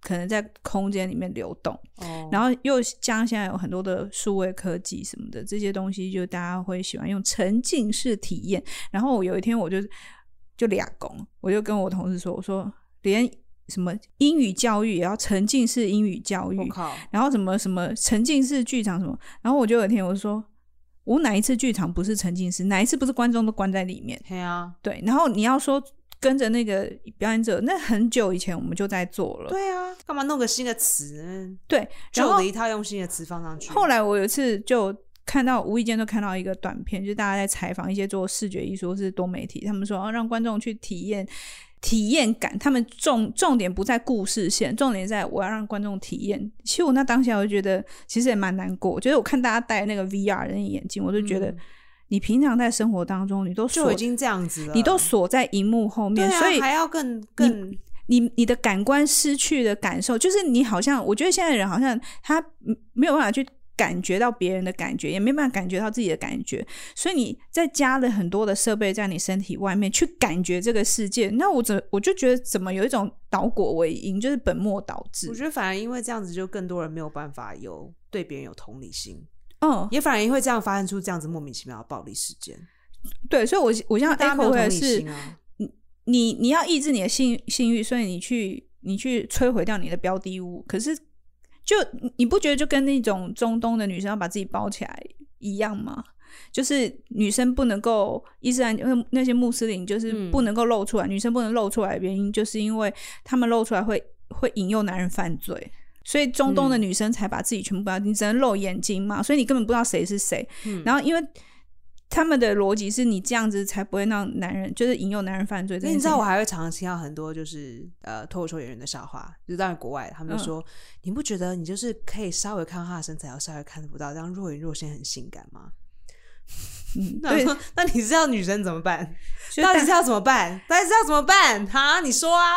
可能在空间里面流动，哦然后又加上现在有很多的数位科技什么的这些东西，就大家会喜欢用沉浸式体验。然后我有一天我就就俩工，我就跟我同事说，我说连什么英语教育，也要沉浸式英语教我育，靠，然后什么什么沉浸式剧场什么，然后我就有一天我就说，我哪一次剧场不是沉浸式，哪一次不是观众都关在里面？嘿啊，对，然后你要说跟着那个表演者，那很久以前我们就在做了，对啊，干嘛弄个新的词呢？对，然旧后的一套用新的词放上去，后来我有一次就看到无意间就看到一个短片，就是大家在采访一些做视觉艺术或是多媒体，他们说要、哦让观众去体验体验感，他们重重点不在故事线，重点在我要让观众体验。其实我那当下我就觉得其实也蛮难过，就是我看大家戴那个 VR 的那眼镜，我就觉得、嗯你平常在生活当中你都就锁已。经这样子了，你都锁在荧幕后对面，啊，所以还要更更你你的感官失去的感受，就是你好像，我觉得现在人好像他嗯没有办法去感觉到别人的感觉，也没办法感觉到自己的感觉，所以你再加了很多的设备在你身体外面去感觉这个世界，那我怎我就觉得怎么有一种倒果为因，就是本末倒置我。觉得反而因为这样子，就更多人没有办法有对别人有同理心，嗯，也反而因为这样发生出这样子莫名其妙的暴力事件。对，所以我我像大家没 echo 有同会的理是心，啊，你你要抑制你的性性欲，所以你去你去摧毁掉你的标的物。可是就你你不觉得就跟那种中东的女生要把自己包起来一样吗？就是女生不能够伊斯兰那那些穆斯林就是嗯不能够露出来，女生不能露出来的原因，就是因为她们露出来会会引诱男人犯罪。所以中东的女生才把自己全部包，你只能露眼睛嘛，所以你根本不知道谁是谁。嗯然后因为他们的逻辑是你这样子才不会让男人，就是引诱男人犯罪这因件为事情。你知道，我还会常常听到很多就是呃脱口秀演员的笑话，就是当然国外的他们就嗯说，你不觉得你就是可以稍微看到他的身材，要稍微看不到，这样若隐若现很性感吗？ 嗯，那我 对，说那你知道女生怎么办？就到底大是要怎么办？到底是要怎么办？哈，你说啊，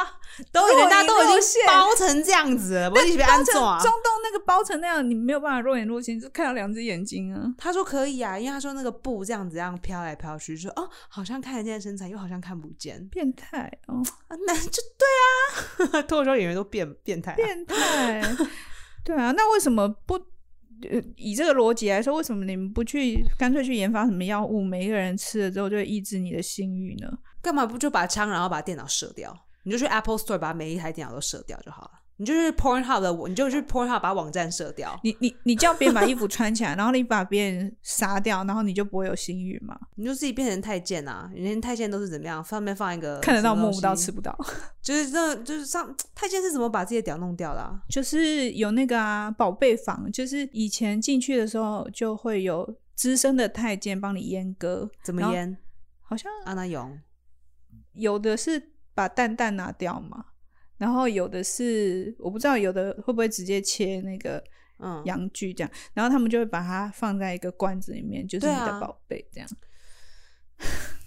都已若经隐大家都已经若现包成这样子 了，我已经被安中装啊。中东那个包成那样，你没有办法若隐若现，就看到两只眼睛啊。他说可以啊，因为他说那个布这样子这样飘来飘去，就说哦，好像看得见身材，又好像看不见。变态哦， 啊，那就对啊， 脱口秀演员都变变态、啊。变态，对啊，那为什么不？呃，以这个逻辑来说，为什么你们不去干脆去研发什么药物，每一个人吃了之后就会抑制你的性欲呢？干嘛不就把枪，然后把电脑射掉？你就去 Apple Store 把每一台电脑都射掉就好了。你就去 Pornhub 的，你就去 Pornhub 把网站射掉。你你你叫别人把衣服穿起来，然后你把别人杀掉，然后你就不会有性欲 吗？你就自己变成太监啊！人家太监都是怎么样？上面放一个看得到呃什么摸东不到西吃，不到，就是这就是上太监是怎么把自己的屌弄掉的、啊？就是有那个啊宝贝房，就是以前进去的时候就会有资深的太监帮你阉割，怎么然后？淹？好像阿那勇有的是把蛋蛋拿掉嘛，然后有的是我不知道，有的会不会直接切那个嗯，阳具这样，然后他们就会把它放在一个罐子里面，就是对你啊的宝贝这样。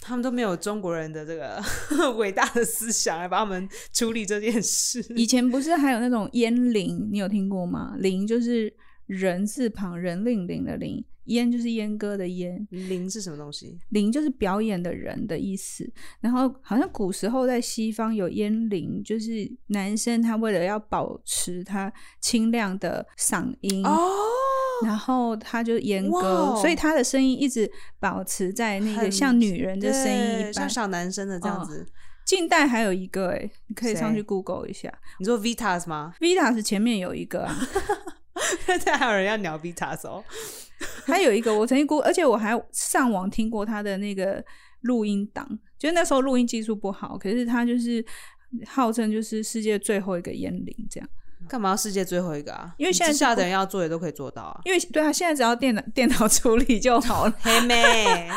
他们都没有中国人的这个 伟大的思想来帮他们处理这件事。以前不是还有那种阉灵，你有听过吗？灵就是人字旁人令灵的灵，阉就是阉割的阉，零是什么东西？灵就是表演的人的意思。然后好像古时候在西方有阉灵，就是男生他为了要保持他清亮的嗓音，哦，然后他就阉哇割，哦所以他的声音一直保持在那个很像女人的对，声音一般像。小男生的这样嗯子。近代还有一个哎、你可以上谁去 Google 一下你说 Vitas 吗？ ，Vitas 前面有一个啊，但还有人要鸟 Vitas 哦。 还有一个我曾经 g 而且我还上网听过他的那个录音档，就是那时候录音技术不好，可是他就是号称就是世界最后一个烟灵这样，干嘛要世界最后一个啊？因为现你在之下的人要做也都可以做到啊。 因为对啊，现在只要电脑电脑处理就好了， 黑妹，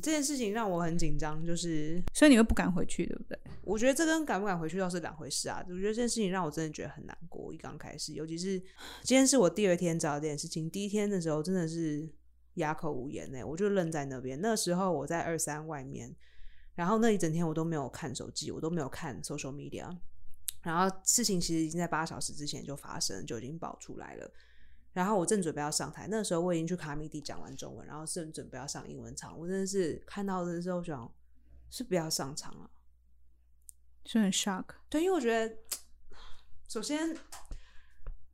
这件事情让我很紧张，就是所以你会不敢回去，对不对？我觉得这跟敢不敢回去倒是两回事啊。我觉得这件事情让我真的觉得很难过。一刚开始，尤其是今天是我第二天找这件事情，第一天的时候真的是哑口无言呢、欸我就愣在那边。那时候我在二三外面，然后那一整天我都没有看手机，我都没有看 social media。然后事情其实已经在八小时之前就发生，就已经爆出来了。然后我正准备要上台，那时候我已经去卡米蒂讲完中文，然后正准备要上英文场。我真的是看到的时候想，是不要上场啊。就很 shock。对，因为我觉得，首先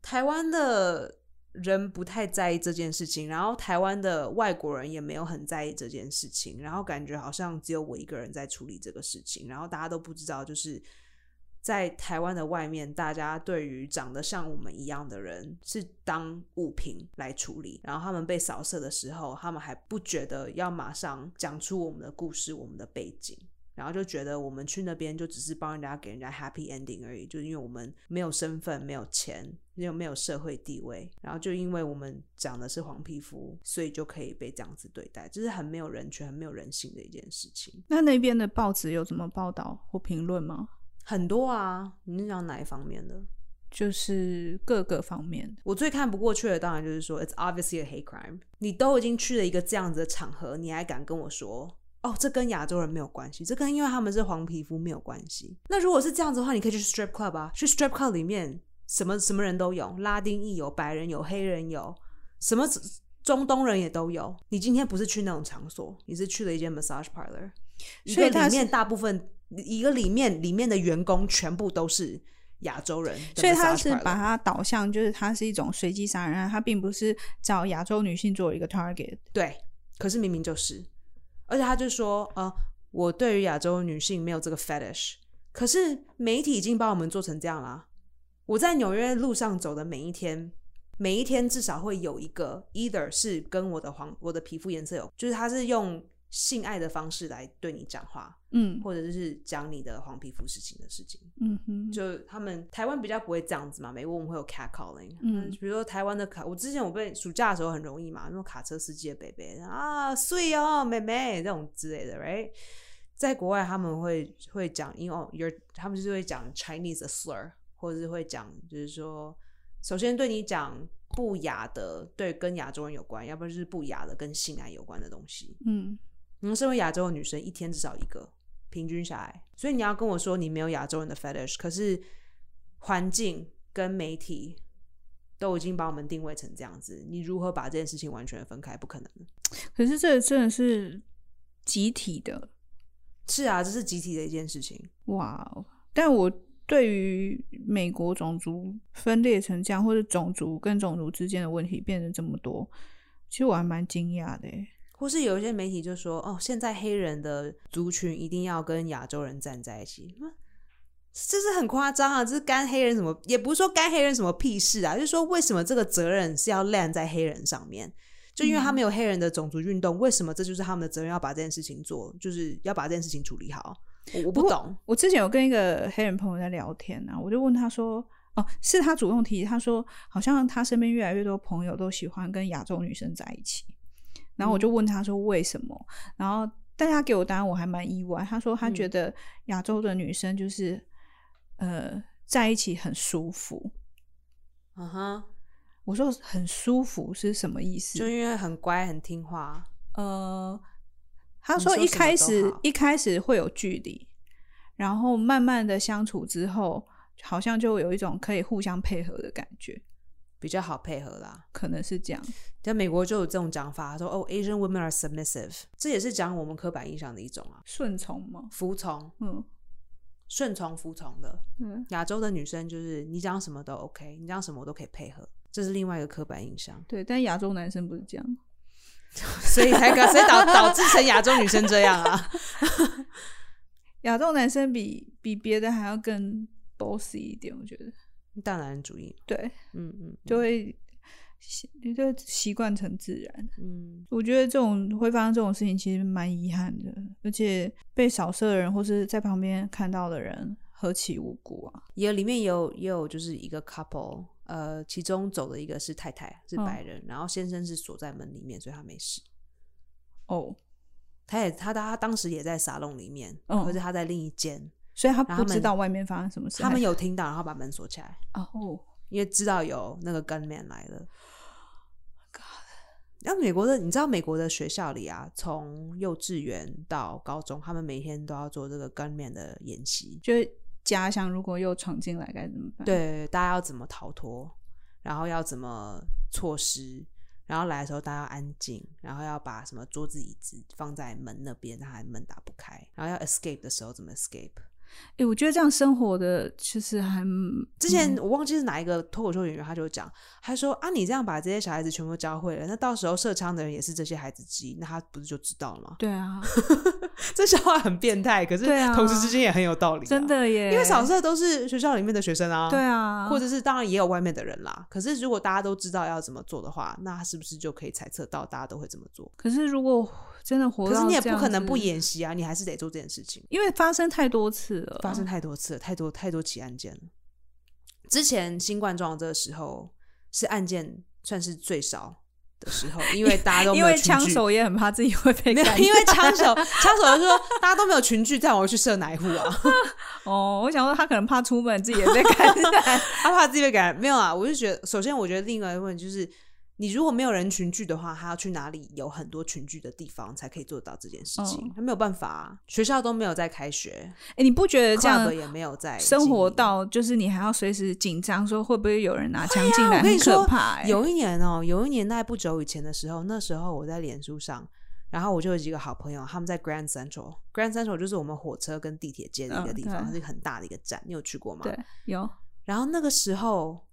台湾的人不太在意这件事情，然后台湾的外国人也没有很在意这件事情，然后感觉好像只有我一个人在处理这个事情，然后大家都不知道，就是在台湾的外面，大家对于长得像我们一样的人是当物品来处理，然后他们被扫射的时候，他们还不觉得要马上讲出我们的故事、我们的背景。然后就觉得我们去那边就只是帮人家给人家 happy ending 而已，就是因为我们没有身份、没有钱、没有没有社会地位，然后就因为我们长的是黄皮肤，所以就可以被这样子对待，这、就是很没有人权、很没有人性的一件事情。那那边的报纸有怎么报道或评论吗？很多啊，你是讲哪一方面的？就是各个方面的。我最看不过去的当然就是说，it's obviously a hate crime。你都已经去了一个这样子的场合，你还敢跟我说哦，这跟亚洲人没有关系，这跟因为他们是黄皮肤没有关系。那如果是这样子的话，你可以去 strip club 啊，去 strip club 里面什么什么人都有，拉丁裔有，白人有，黑人有，什么中东人也都有。你今天不是去那种场所，你是去了一间 massage parlor，所以一个它里是面大部分一个里面里面的员工全部都是亚洲人的 massage parlor，所以他是把它导向，就是它是一种随机杀人案，它并不是找亚洲女性作为一个 target。对，可是明明就是，而且他就说，呃，我对于亚洲女性没有这个 fetish，可是媒体已经把我们做成这样啦。我在纽约路上走的每一天，每一天至少会有一个，either 是跟我的黄我的皮肤颜色有，就是他是用性爱的方式来对你讲话，嗯或者是讲你的黄皮肤事情的事情。嗯哼，就他们台湾比较不会这样子嘛，美国我们会有 catcalling，嗯嗯，比如说台湾的卡，我之前我被暑假的时候很容易嘛，那种卡车司机的北北啊，睡哦，妹妹这种之类的，right？在国外他们会会讲，因为哦，you're，他们就是会讲 Chinese 的 slur，或者是会讲，就是说，首先对你讲不雅的，对跟亚洲人有关，要不然就是不雅的跟性爱有关的东西，嗯，然后身为亚洲的女生，一天至少一个，平均下来。所以你要跟我说你没有亚洲人的 fetish，可是环境跟媒体都已经把我们定位成这样子，你如何把这件事情完全分开？不可能。可是这真的是集体的，是啊，这是集体的一件事情。哇哦！但我对于美国种族分裂成这样，或者种族跟种族之间的问题变成这么多，其实我还蛮惊讶的耶。欸或是有一些媒体就说，哦，现在黑人的族群一定要跟亚洲人站在一起，嗯这是很夸张啊！这是干黑人什么，也不是说干黑人什么屁事啊，就是说为什么这个责任是要烂在黑人上面？就因为他们有黑人的种族运动，为什么这就是他们的责任？要把这件事情做，就是要把这件事情处理好。我我不懂，我之前有跟一个黑人朋友在聊天啊，我就问他说，哦，是他主动提，他说好像他身边越来越多朋友都喜欢跟亚洲女生在一起，然后我就问他说为什么，然后但他给我答案我还蛮意外，他说他觉得亚洲的女生就是、呃在一起很舒服。嗯哼，我说很舒服是什么意思？就因为很乖很听话，呃，他你说说一什么开都始好一开始会有距离，然后慢慢的相处之后，好像就有一种可以互相配合的感觉，比较好配合啦。可能是这样。在美国就有这种讲法，他说哦，Asian women are submissive，这也是讲我们刻板印象的一种啊，顺从吗？服从。嗯顺从服从的。嗯，，亚洲的女生就是你讲什么都 OK，你讲什么我都可以配合，这是另外一个刻板印象 对，但亚洲男生不是这样。所以才搞，所以导导致成亚洲女生这样啊。 亚洲男生比比别的还要更 bossy 一点，我觉得，大男人主义，对，嗯嗯就会习就会习惯成自然。嗯，我觉得这种会发生这种事情，其实蛮遗憾的，而且被扫射的人或是在旁边看到的人，何其无辜啊！也里面也有也有就是一个 couple，呃，其中走的一个是太太是嗯白人，然后先生是锁在门里面，所以他没事。哦，他也他他当时也在沙龙里面，嗯可是他在另一间，所以他然不后他们知道外面发生什么事，他们还有听到，然后把门锁起来，哦，因为知道有那个 gunman 来了。那美国的，你知道美国的学校里啊，从幼稚园到高中，他们每天都要做这个 gunman 的演习，就是家乡如果又闯进来该怎么办？，对，大家要怎么逃脱，然后要怎么措施，然后来的时候大家要安静，然后要把什么桌子椅子放在门那边，让他门打不开，然后要 escape 的时候怎么 escape，哎、我觉得这样生活的其实还之嗯前我忘记是哪一个脱口秀演员，他就讲，他说啊，你这样把这些小孩子全部教会了，那到时候射枪的人也是这些孩子之一，那他不是就知道了吗？对啊，这笑话很变态，可是对啊同时之间也很有道理、啊真，的耶，因为扫射都是学校里面的学生啊，对，啊，或者是当然也有外面的人啦。可是如果大家都知道要怎么做的话，那是不是就可以猜测到大家都会这么做？可是如果真的活可到，是你也不可能不，演习啊，你还是得做这件事情。因为发生太多次了，发生太多次了，太多太多起案件了。之前新冠状这个时候是案件算是最少的时候，因为大家都没因有为群聚 枪手也很怕自己会被没有干， 因为枪手枪手就说大家都没有群聚，但我去射哪一户啊？ 哦，我想说他可能怕出门自己也被感染，他怕自己被感染。没有啊，我就觉得，首先我觉得另外一个问题就是，你如果没有人群聚的话，他要去哪里有很多群聚的地方才可以做到这件事情？嗯他没有办法、啊，学校都没有在开学，哎、你不觉得这 club 样也没有在生活经营到就是你还要随时紧张，说会不会有人拿枪进来，我跟很你说可怕、欸，有一年哦、有一年在不久以前的时候，那时候我在脸书上，然后我就有几个好朋友，他们在 Grand Central，Grand Central 就是我们火车跟地铁接的一个嗯地方，对它是一个很大的一个站，你有去过吗？对。，有，然后那个时候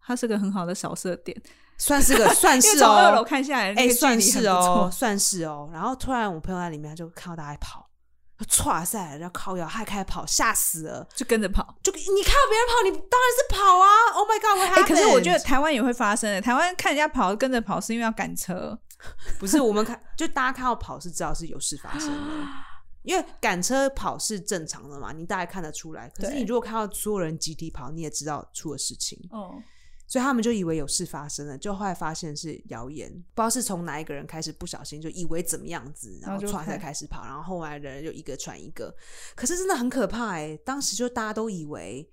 它是个很好的扫射点，算是 个算因为是从二楼哦、看下来，那哎、个距算离很是不哦、错，算是哦、然后突然我朋友在里面，他就看到大家在跑，唰塞，然后靠腰，他还开始跑，吓死了！就跟着跑。就你看到别人跑，你当然是跑啊！Oh my god，我哎、可是我觉得台湾也会发生欸的。台湾看人家跑，跟着跑是因为要赶车，不是我们看，就大家看到跑是知道是有事发生的，啊因为赶车跑是正常的嘛，你大概看得出来。可是对你如果看到所有人集体跑，你也知道出了事情，哦，所以他们就以为有事发生了，就后来发现是谣言，不知道是从哪一个人开始不小心就以为怎么样子，然然后后就唰才开开始跑，然后后来的人就一个传一个。可是真的很可怕哎、当时就大家都以为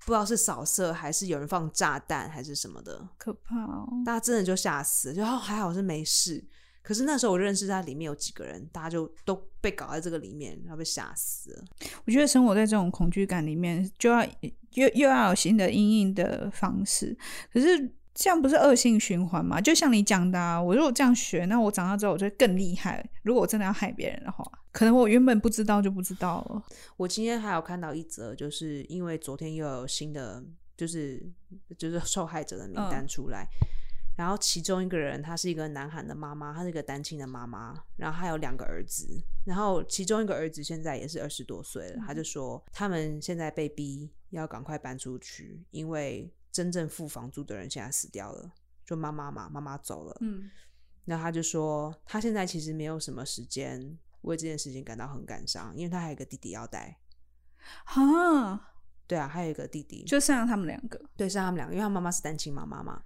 不知道是扫射还是有人放炸弹还是什么的，可怕哦。大家真的就吓死了，就哦还好是没事。可是那时候我认识在里面有几个人，大家就都被搞在这个里面，然后被吓死了。我觉得生活在这种恐惧感里面，就要又又要有新的阴应的方式。可是这样不是恶性循环吗？就像你讲的、啊，我如果这样学，那我长大之后我就会更厉害。如果我真的要害别人的话，可能我原本不知道就不知道了。我今天还有看到一则，就是因为昨天又有新的，就是就是 受害者的名单出来，然后其中一个人她是一个南韩的妈妈，她是一个单亲的妈妈，然后还有两个儿子，然后其中一个儿子现在也是二十多岁了，他就说他们现在被逼要赶快搬出去，因为真正付房租的人现在死掉了，就妈妈嘛，妈妈走了，嗯，然后他就说，他现在其实没有什么时间为这件事情感到很感伤，因为他还有一个弟弟要带。哈，对啊，还有一个弟弟，就剩下他们两个。对，是他们两个，因为他妈妈是单亲妈妈嘛，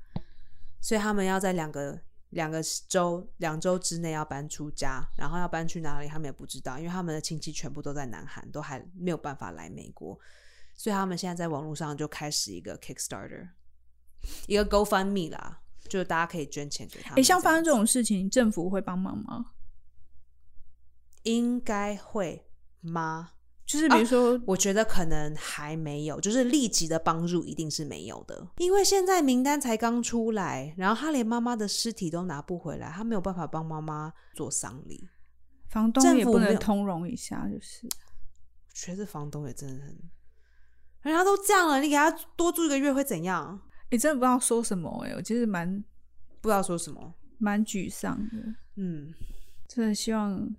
所以他们要在两个两个周两周之内要搬出家，然后要搬去哪里他们也不知道，因为他们的亲戚全部都在南韩，都还没有办法来美国，所以他们现在在网络上就开始一个 Kickstarter，一个 GoFundMe 啦，就是大家可以捐钱给他哎、们。像发这样生这种事情，政府会帮忙吗？应该会吗？就是啊比如说，我觉得可能还没有，就是立即的帮助一定是没有的，因为现在名单才刚出来，然后他连妈妈的尸体都拿不回来，他没有办法帮妈妈做丧礼。房东政也府不没能有通融一下，就是我觉得房东也真的很，人家都这样了，你给他多住一个月会怎样？哎、真的不知道说什么哎、我其实蛮不知道说什么。蛮沮丧的。嗯，真的希望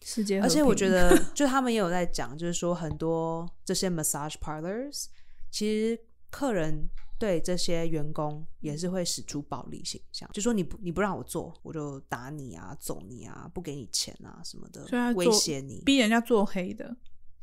世界和而平，且我觉得，就他们也有在讲，就是说很多这些 massage parlors，其实客人对这些员工也是会使出暴力形象，就说你不你不让我做，我就打你啊、揍你啊、不给你钱啊什么的所以他，做威胁你逼人家做黑的，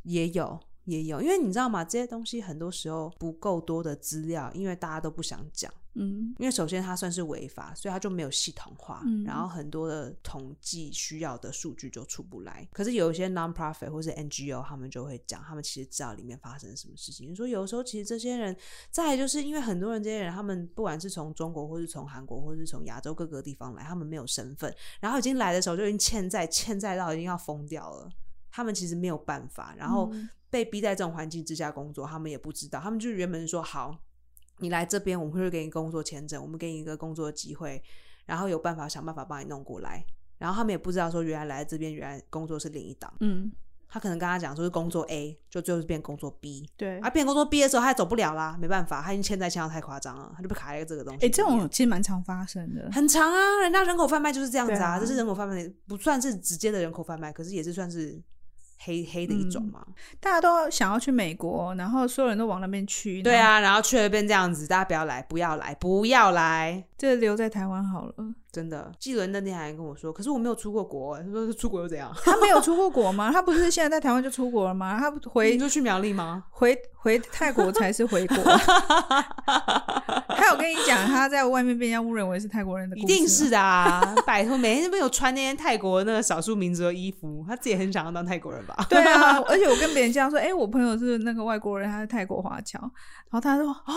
也有。也有，因为你知道吗？这些东西很多时候不够多的资料，因为大家都不想讲。嗯，因为首先它算是违法，所以它就没有系统化，嗯然后很多的统计需要的数据就出不来。可是有一些 non-profit 或是 NGO，他们就会讲，他们其实知道里面发生什么事情。就是说有的时候其实这些人，再来就是因为很多人这些人，他们不管是从中国或是从韩国或是从亚洲各个地方来，他们没有身份，然后已经来的时候就已经欠债，欠债到已经要疯掉了。他们其实没有办法，然后嗯被逼在这种环境之下工作，他们也不知道，他们就原本说好，你来这边，我们会给你工作签证，我们给你一个工作机会，然后有办法想办法帮你弄过来。然后他们也不知道说，原来来这边，原来工作是另一档，嗯，他可能跟他讲说是工作 A，就最后是变工作 B，对，啊，变工作 B 的时候他也走不了啦，没办法，他已经欠债欠到太夸张了，他就被卡在这个东西里哎，面。这种其实蛮常发生的。很长啊，人家人口贩卖就是这样子对啊，啊这是人口贩卖，不算是直接的人口贩卖，可是也是算是黑黑的一嗯种嘛。大家都想要去美国，然后所有人都往那边去。对然后，啊，然后去了变这样子，大家不要来，不要来，不要来。这留在台湾好了。真的，纪伦那天还跟我说，可是我没有出过国、欸，他说出国又怎样？他没有出过国吗？他 不是现在在台湾就出国了吗？他你回就去苗栗吗？回回泰国才是 回国。还有跟你讲，他在外面被人家误认为是泰国人的故一事吗，定是的啊！ 拜托，每天都没有穿那些泰国那个少数民族的衣服，他自己也很想要当泰国人吧？对啊， 而且我跟别人这样说，哎、我朋友是那个外国人，他在泰国华侨，然后他说，哦，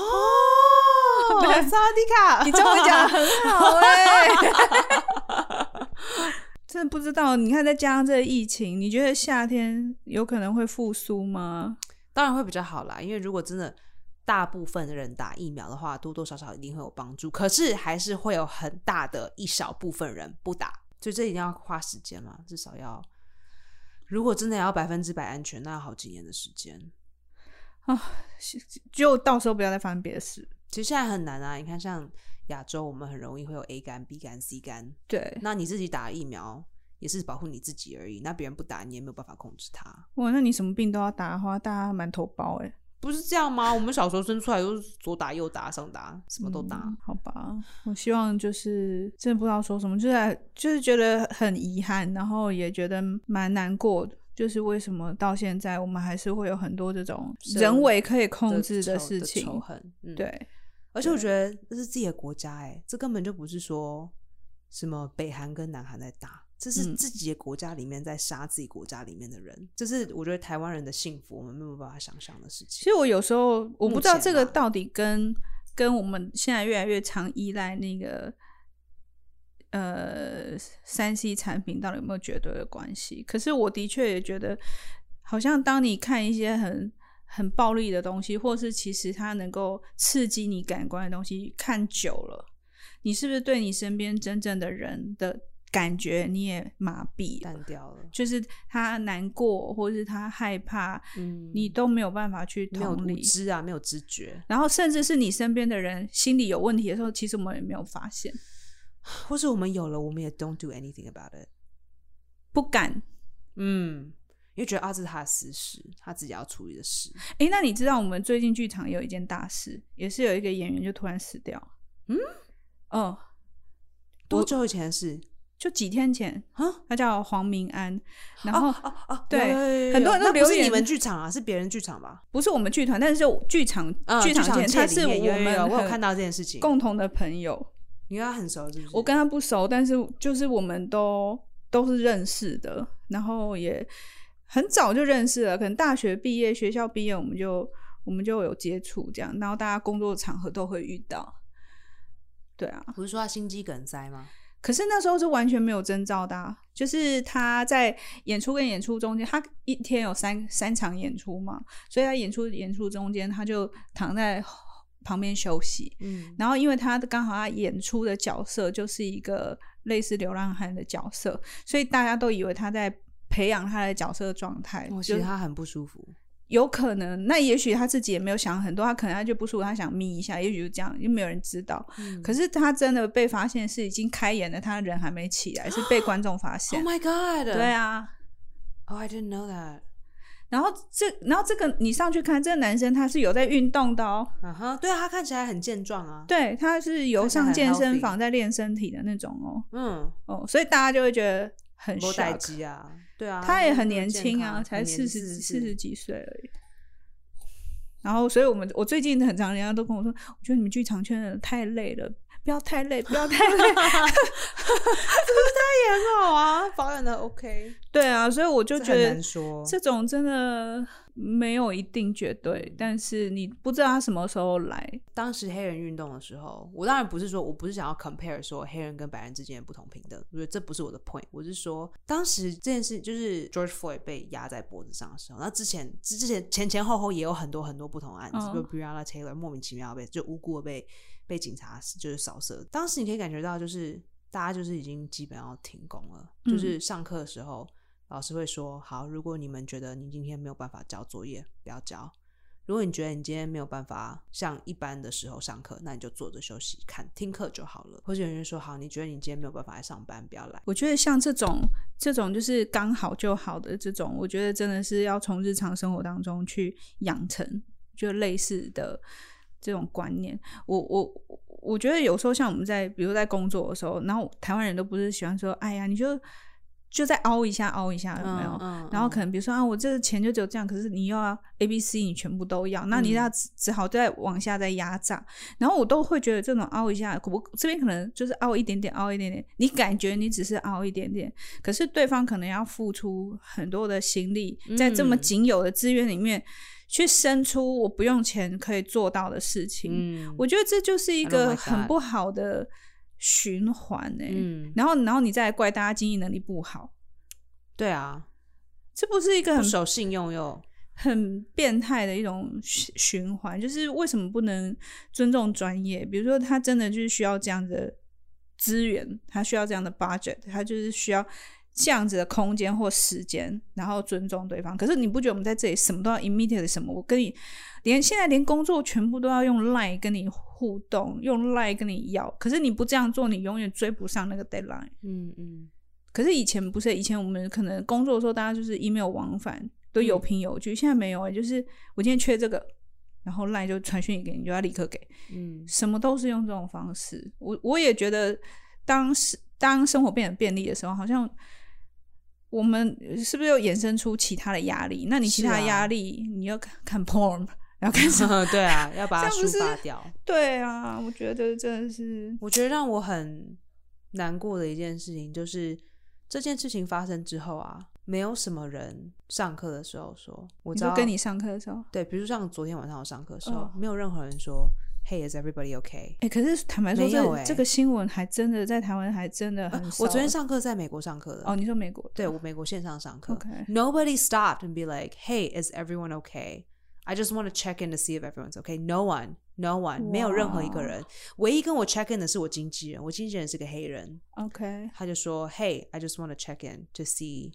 哦，对萨 迪卡，你中文讲的很好哎、真的不知道，你看再加上这个疫情，你觉得夏天有可能会复苏吗？当然会比较好啦，因为如果真的大部分的人打疫苗的话，多多少少一定会有帮助。可是还是会有很大的一小部分人不打，所以这一定要花时间嘛，至少要。如果真的要百分之百安全，那要好几年的时间。就到时候不要再发生别的事。其实现在很难啊，你看像亚洲，我们很容易会有 A 肝、B 肝、C 肝，对，那你自己打疫苗也是保护你自己而已，那别人不打你也没有办法控制他，哇，那你什么病都要打的话，大家满头包哎、不是这样吗？我们小时候生出来都是左打右打上打，什么都打。嗯好吧，我希望就是真的不知道说什么，就是就是觉得很遗憾，然后也觉得蛮难过的。就是为什么到现在我们还是会有很多这种是人为可以控的制仇事情？仇恨，嗯，。对，啊而且我觉得这是自己的国家、哎，这根本就不是说什么北韩跟南韩在打，这是嗯自己的国家里面在杀自己国家里面的人，这是我觉得台湾人的幸福，我们没有办法想象的事其情。实我有时候我不知道目前这个啦到底跟跟我们现在越来越常依赖那个呃三 C 产品到底有没有绝对的关系？可是我的确也觉得，好像当你看一些很很暴力的东西，或是其实它能够刺激你感官的东西，看久了，你是不是对你身边真正的人的感觉你也麻痹了？淡掉了，就是他难过，或是他害怕，嗯你都没有办法去没有同无理，知啊，没有知觉，然后甚至是你身边的人心理有问题的时候，其实我们也没有发现，或是我们有了，我们也 don't do anything about it。不敢。嗯，因为觉得啊，这是他的私事，他自己要处理的事。诶，那你知道我们最近剧场有一件大事，也是有一个演员就突然死掉。嗯，哦，多久以前的事？就几天前，啊，他叫黄明安，然后哦哦，对有有有有很多人都那不留是言你们剧场啊，是别人剧场吧？不是我们剧团，但是就剧场、嗯剧场剧界，界他里是面有有们有我有很看到这件事情，共同的朋友，你跟他很熟是不是？我跟他不熟，但是就是我们都都是认识的，然后也很早就认识了，可能大学毕业、学校毕业，我们就我们就有接触这样，然后大家工作场合都会遇到。对啊，不是说他心肌梗塞吗？可是那时候是完全没有征兆的、啊，就是他在演出跟演出中间，他一天有三三场演出嘛，所以他演出演出中间他就躺在旁边休息，嗯，然后因为他刚好他演出的角色就是一个类似流浪汉的角色，所以大家都以为他在培养他的角色状态，我觉就得哦他很不舒服。有可能。那也许他自己也没有想很多，他可能他就不舒服，他想眯一下，也许就这样，又没有人知道。嗯嗯可是他真的被发现是已经开演了，他人还没起来，是 被观众发 Oh 现。 my god！对啊， ，Oh I didn't know that。然后这，然后这个你上去看，这个男生他是有在运动的哦，嗯哼，对啊，他看起来很健壮啊。，对，他是有看起来上很健 healthy 身房在练身体的那种哦。嗯，哦，所以大家就会觉得很多代 shock。机啊，对啊，他也很年健轻康啊，才很年四十四十44几岁而已。然后，所以我们我最近很常人家都跟我说，我觉得你们剧场圈的人太累了，不要太累，不 要太累。也很好啊，保养的 OK，对啊，所以我就这觉很难得说。这种真的没有一定绝对，但是你不知道他什么时候来。当时黑人运动的时候，我当然不是说我不是想要 compare 说黑人跟白人之间的不同平等，我觉得这不是我的 point。我是说，当时这件事就是 George Floyd 被压在脖子上的时候，那之前之之前前前后后也有很多很多不同的案子，嗯比如 Breonna Taylor 莫名其妙被就无辜的被被警察就是扫射，当时你可以感觉到就是大家就是已经基本要停工了，嗯就是上课的时候。老师会说：“好，如果你们觉得你今天没有办法交作业，不要交；如果你觉得你今天没有办法像一般的时候上课，那你就坐着休息，看听课就好了。”或者有人说：“好，你觉得你今天没有办法来上班，不要来。我觉得像这种这种就是刚好就好的这种，我觉得真的是要从日常生活当中去养成，就类似的这种观念。我我我觉得有时候像我们在比如在工作的时候，然后台湾人都不是喜欢说，哎呀，你就就再凹一下凹一下，”有没有？嗯然后可能比如说啊，我这个钱就只有这样，可是你又要 A、B、C，你全部都要，嗯那你要只只好再往下再压榨。然后我都会觉得这种凹一下，我这边可能就是凹一点点，凹一点点，你感觉你只是凹一点点，可是对方可能要付出很多的心力，在这么嗯仅有的资源里面。去生出我不用钱可以做到的事情，嗯我觉得这就是一 Oh 个 my 很 God 不好的循环哎、嗯，然后，然后你再来怪大家经营能力不好，对啊，这不是一个不很守信用又很变态的一种循循环，就是为什么不能尊重专业？比如说，他真的就是需要这样的资源，他需要这样的 budget，他就是需要这样子的空间或时间，然后尊重对方。可是你不觉得我们在这里什么都要 immediate 什么？我跟你连现在连工作全部都要用 line 跟你互动，用 line 跟你要，可是你不这样做，你永远追不上那个 deadline。嗯嗯可是以前不是，以前我们可能工作的时候，大家就是 email 往返，都嗯有凭有据。现在没有啊、就是我今天缺这个，然后 line 就传讯息给你，你就要立刻给，嗯什么都是用这种方式。我我也觉得当时当生活变得便利的时候，好像我们是不是又衍生出其他的压力？那你其是他啊压力，你要看看 porn，然后 看什么？嗯，对啊，要把它这样不抒是发掉。对啊，我觉得真的是，我觉得让我很难过的一件事情，就是这件事情发生之后啊，没有什么人上课的时候说，我你知说道跟你上课的时候。对，比如像昨天晚上我上课的时候，哦没有任何人说 Hey, is everybody okay？、哎、可是坦白说，没这、有欸这个新闻还真的在台湾还真的很呃少、我昨天上课在美国上课的，哦，你说美国的对我美国线上上课 OK Nobody stopped and be like, "Hey, is everyone okay? I just want to check in to see if everyone's okay." No one, no one，没有任何一个哇人。唯一跟我 check in 的是我经纪人，我经纪人是个黑人， OK，他就说：“Hey, I just want to check in to see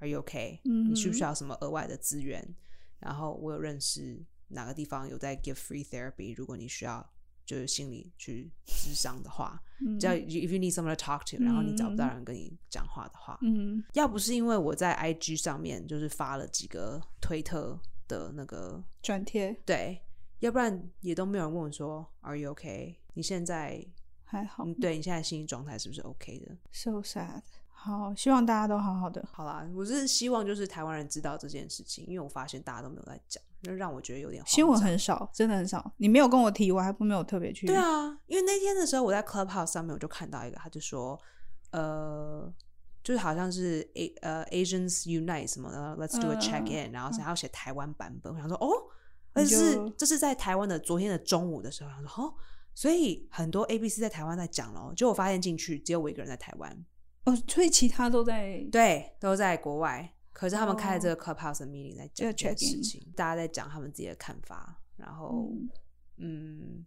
are you okay？、你需不需嗯要什么额外的资源？然后我有认识哪个地方有在 give free therapy，如果你需要就是心理去咨商的话，嗯只要 if you need someone to talk to，、然后你找不到嗯人跟你讲话的话，嗯要不是因为我在 IG 上面就是发了几个推特的那个转贴对，要不然也都没有人问我说 Are you okay？你现在还好嗯，，对你现在心理状态是不是 OK 的？受杀的。好，希望大家都好好的。好啦，我是希望就是台湾人知道这件事情，因为我发现大家都没有在讲，那让我觉得有点慌新闻张很少，真的很少。你没有跟我提，我还不没有特别去。对，啊，因为那天的时候我在 Clubhouse 上面我就看到一个，他就说，呃，就是好像是 A 呃 Asians Unite 什么的，Let's do a check 嗯 in，、然后想要写台湾版本，我想说哦，你但是就这是在台湾的昨天的中午的时候，我想说哦，所以很多 A B C 在台湾在讲咯，结果我发现进去只有我一个人在台湾，哦，所以其他都在。对，都在国外，可是他们开了哦这个 Clubhouse 的 meeting 在讲这就件 check 事 in 情，大家在讲他们自己的看法，然后。嗯嗯，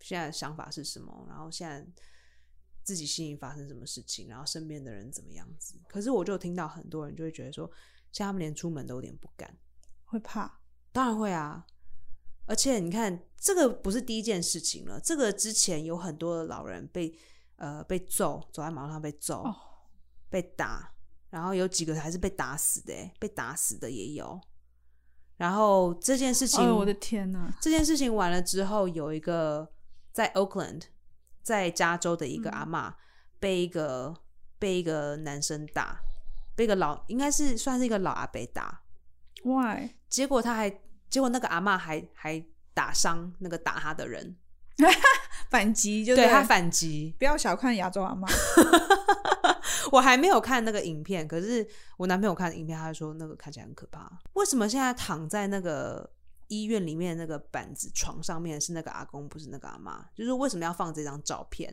现在的想法是什么，然后现在自己心里发生什么事情，然后身边的人怎么样子。可是我就听到很多人就会觉得说，像他们连出门都有点不敢。会怕。当然会啊，而且你看，这个不是第一件事情了，这个之前有很多的老人被呃被揍，走在马路上被揍，哦被打，然后有几个还是被打死的、欸，被打死的也有。然后这件事情，哎呦，我的天哪！这件事情完了之后，有一个在 Oakland，在加州的一个嗯阿嬷被一个被一个男生打，被一个老应该是算是一个老阿伯打， Why？结果他还结果那个阿嬷还还打伤那个打他的人，反击就对对他反击。不要小看亚洲阿妈。 我还没有看那个影片，可是我男朋友看影片，他就说那个看起来很可怕。为什么现在躺在那个医院里面那个板子床上面是那个阿公，不是那个阿嬷？就是为什么要放这张照片？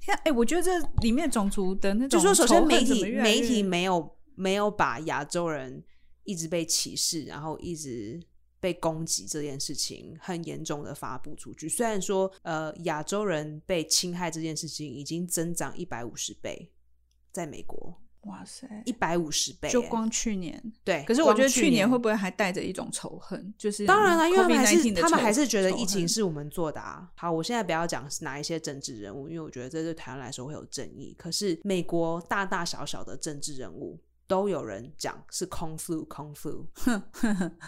天啊，哎，我觉得这里面种族的那就种说首先仇恨媒怎么体越来媒越体没有没有把亚洲人一直被歧视，然后一直被攻击这件事情很严重的发布出去。虽然说呃亚洲人被侵害这件事情已经增长一百五十倍，在美国，哇塞，一百五十倍耶，就光去年。对。可是我光觉得去年年会不会还带着一种仇恨？就是当然了，啊因为他们还 COVID-19 是的他们还仇是觉得仇疫情恨是我们做的啊。好，我现在不要讲是哪一些政治人物，因为我觉得这对台湾来说会有争议。可是美国大大小小的政治人物都有人讲是空 flu 空 flu，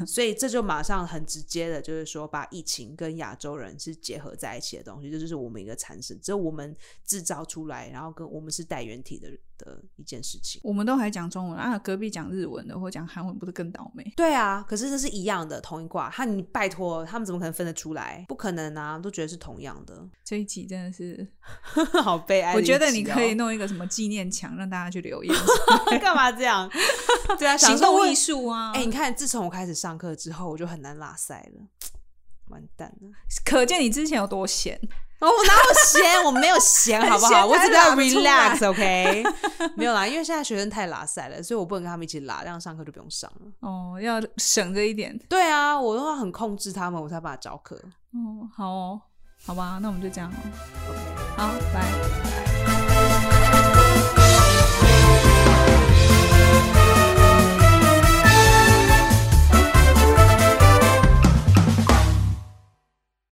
所以这就马上很直接的，就是说把疫情跟亚洲人是结合在一起的东西，这就是我们一个产生，只有我们制造出来，然后跟我们是带原体的的一件事情。我们都还讲中文啊，隔壁讲日文的或讲韩文不是更倒霉？对啊，可是这是一样的，同一卦。他你拜托，他们怎么可能分得出来？不可能啊，都觉得是同样的， 这一集真的是，好悲哀的我一集觉哦。得你可以弄一个什么纪念墙，让大家去留 言，干嘛这样？对 啊，行动艺术。术啊！哎、你看，自从我开始上课之后，我就很难拉塞了，完蛋了。可见你之前有多闲。 哦，我哪有闲？我没有 闲，好不好？闲我只才是要拉得出来 relax，OK？、没 有啦，因为现在学生太拉塞了，所以我不能跟他们一起拉，这样上课就不用上了。哦，要省着一点。对啊，我都要很控制他们，我才把他教课。哦，好哦，好吧，那我们就这样哦。好，拜。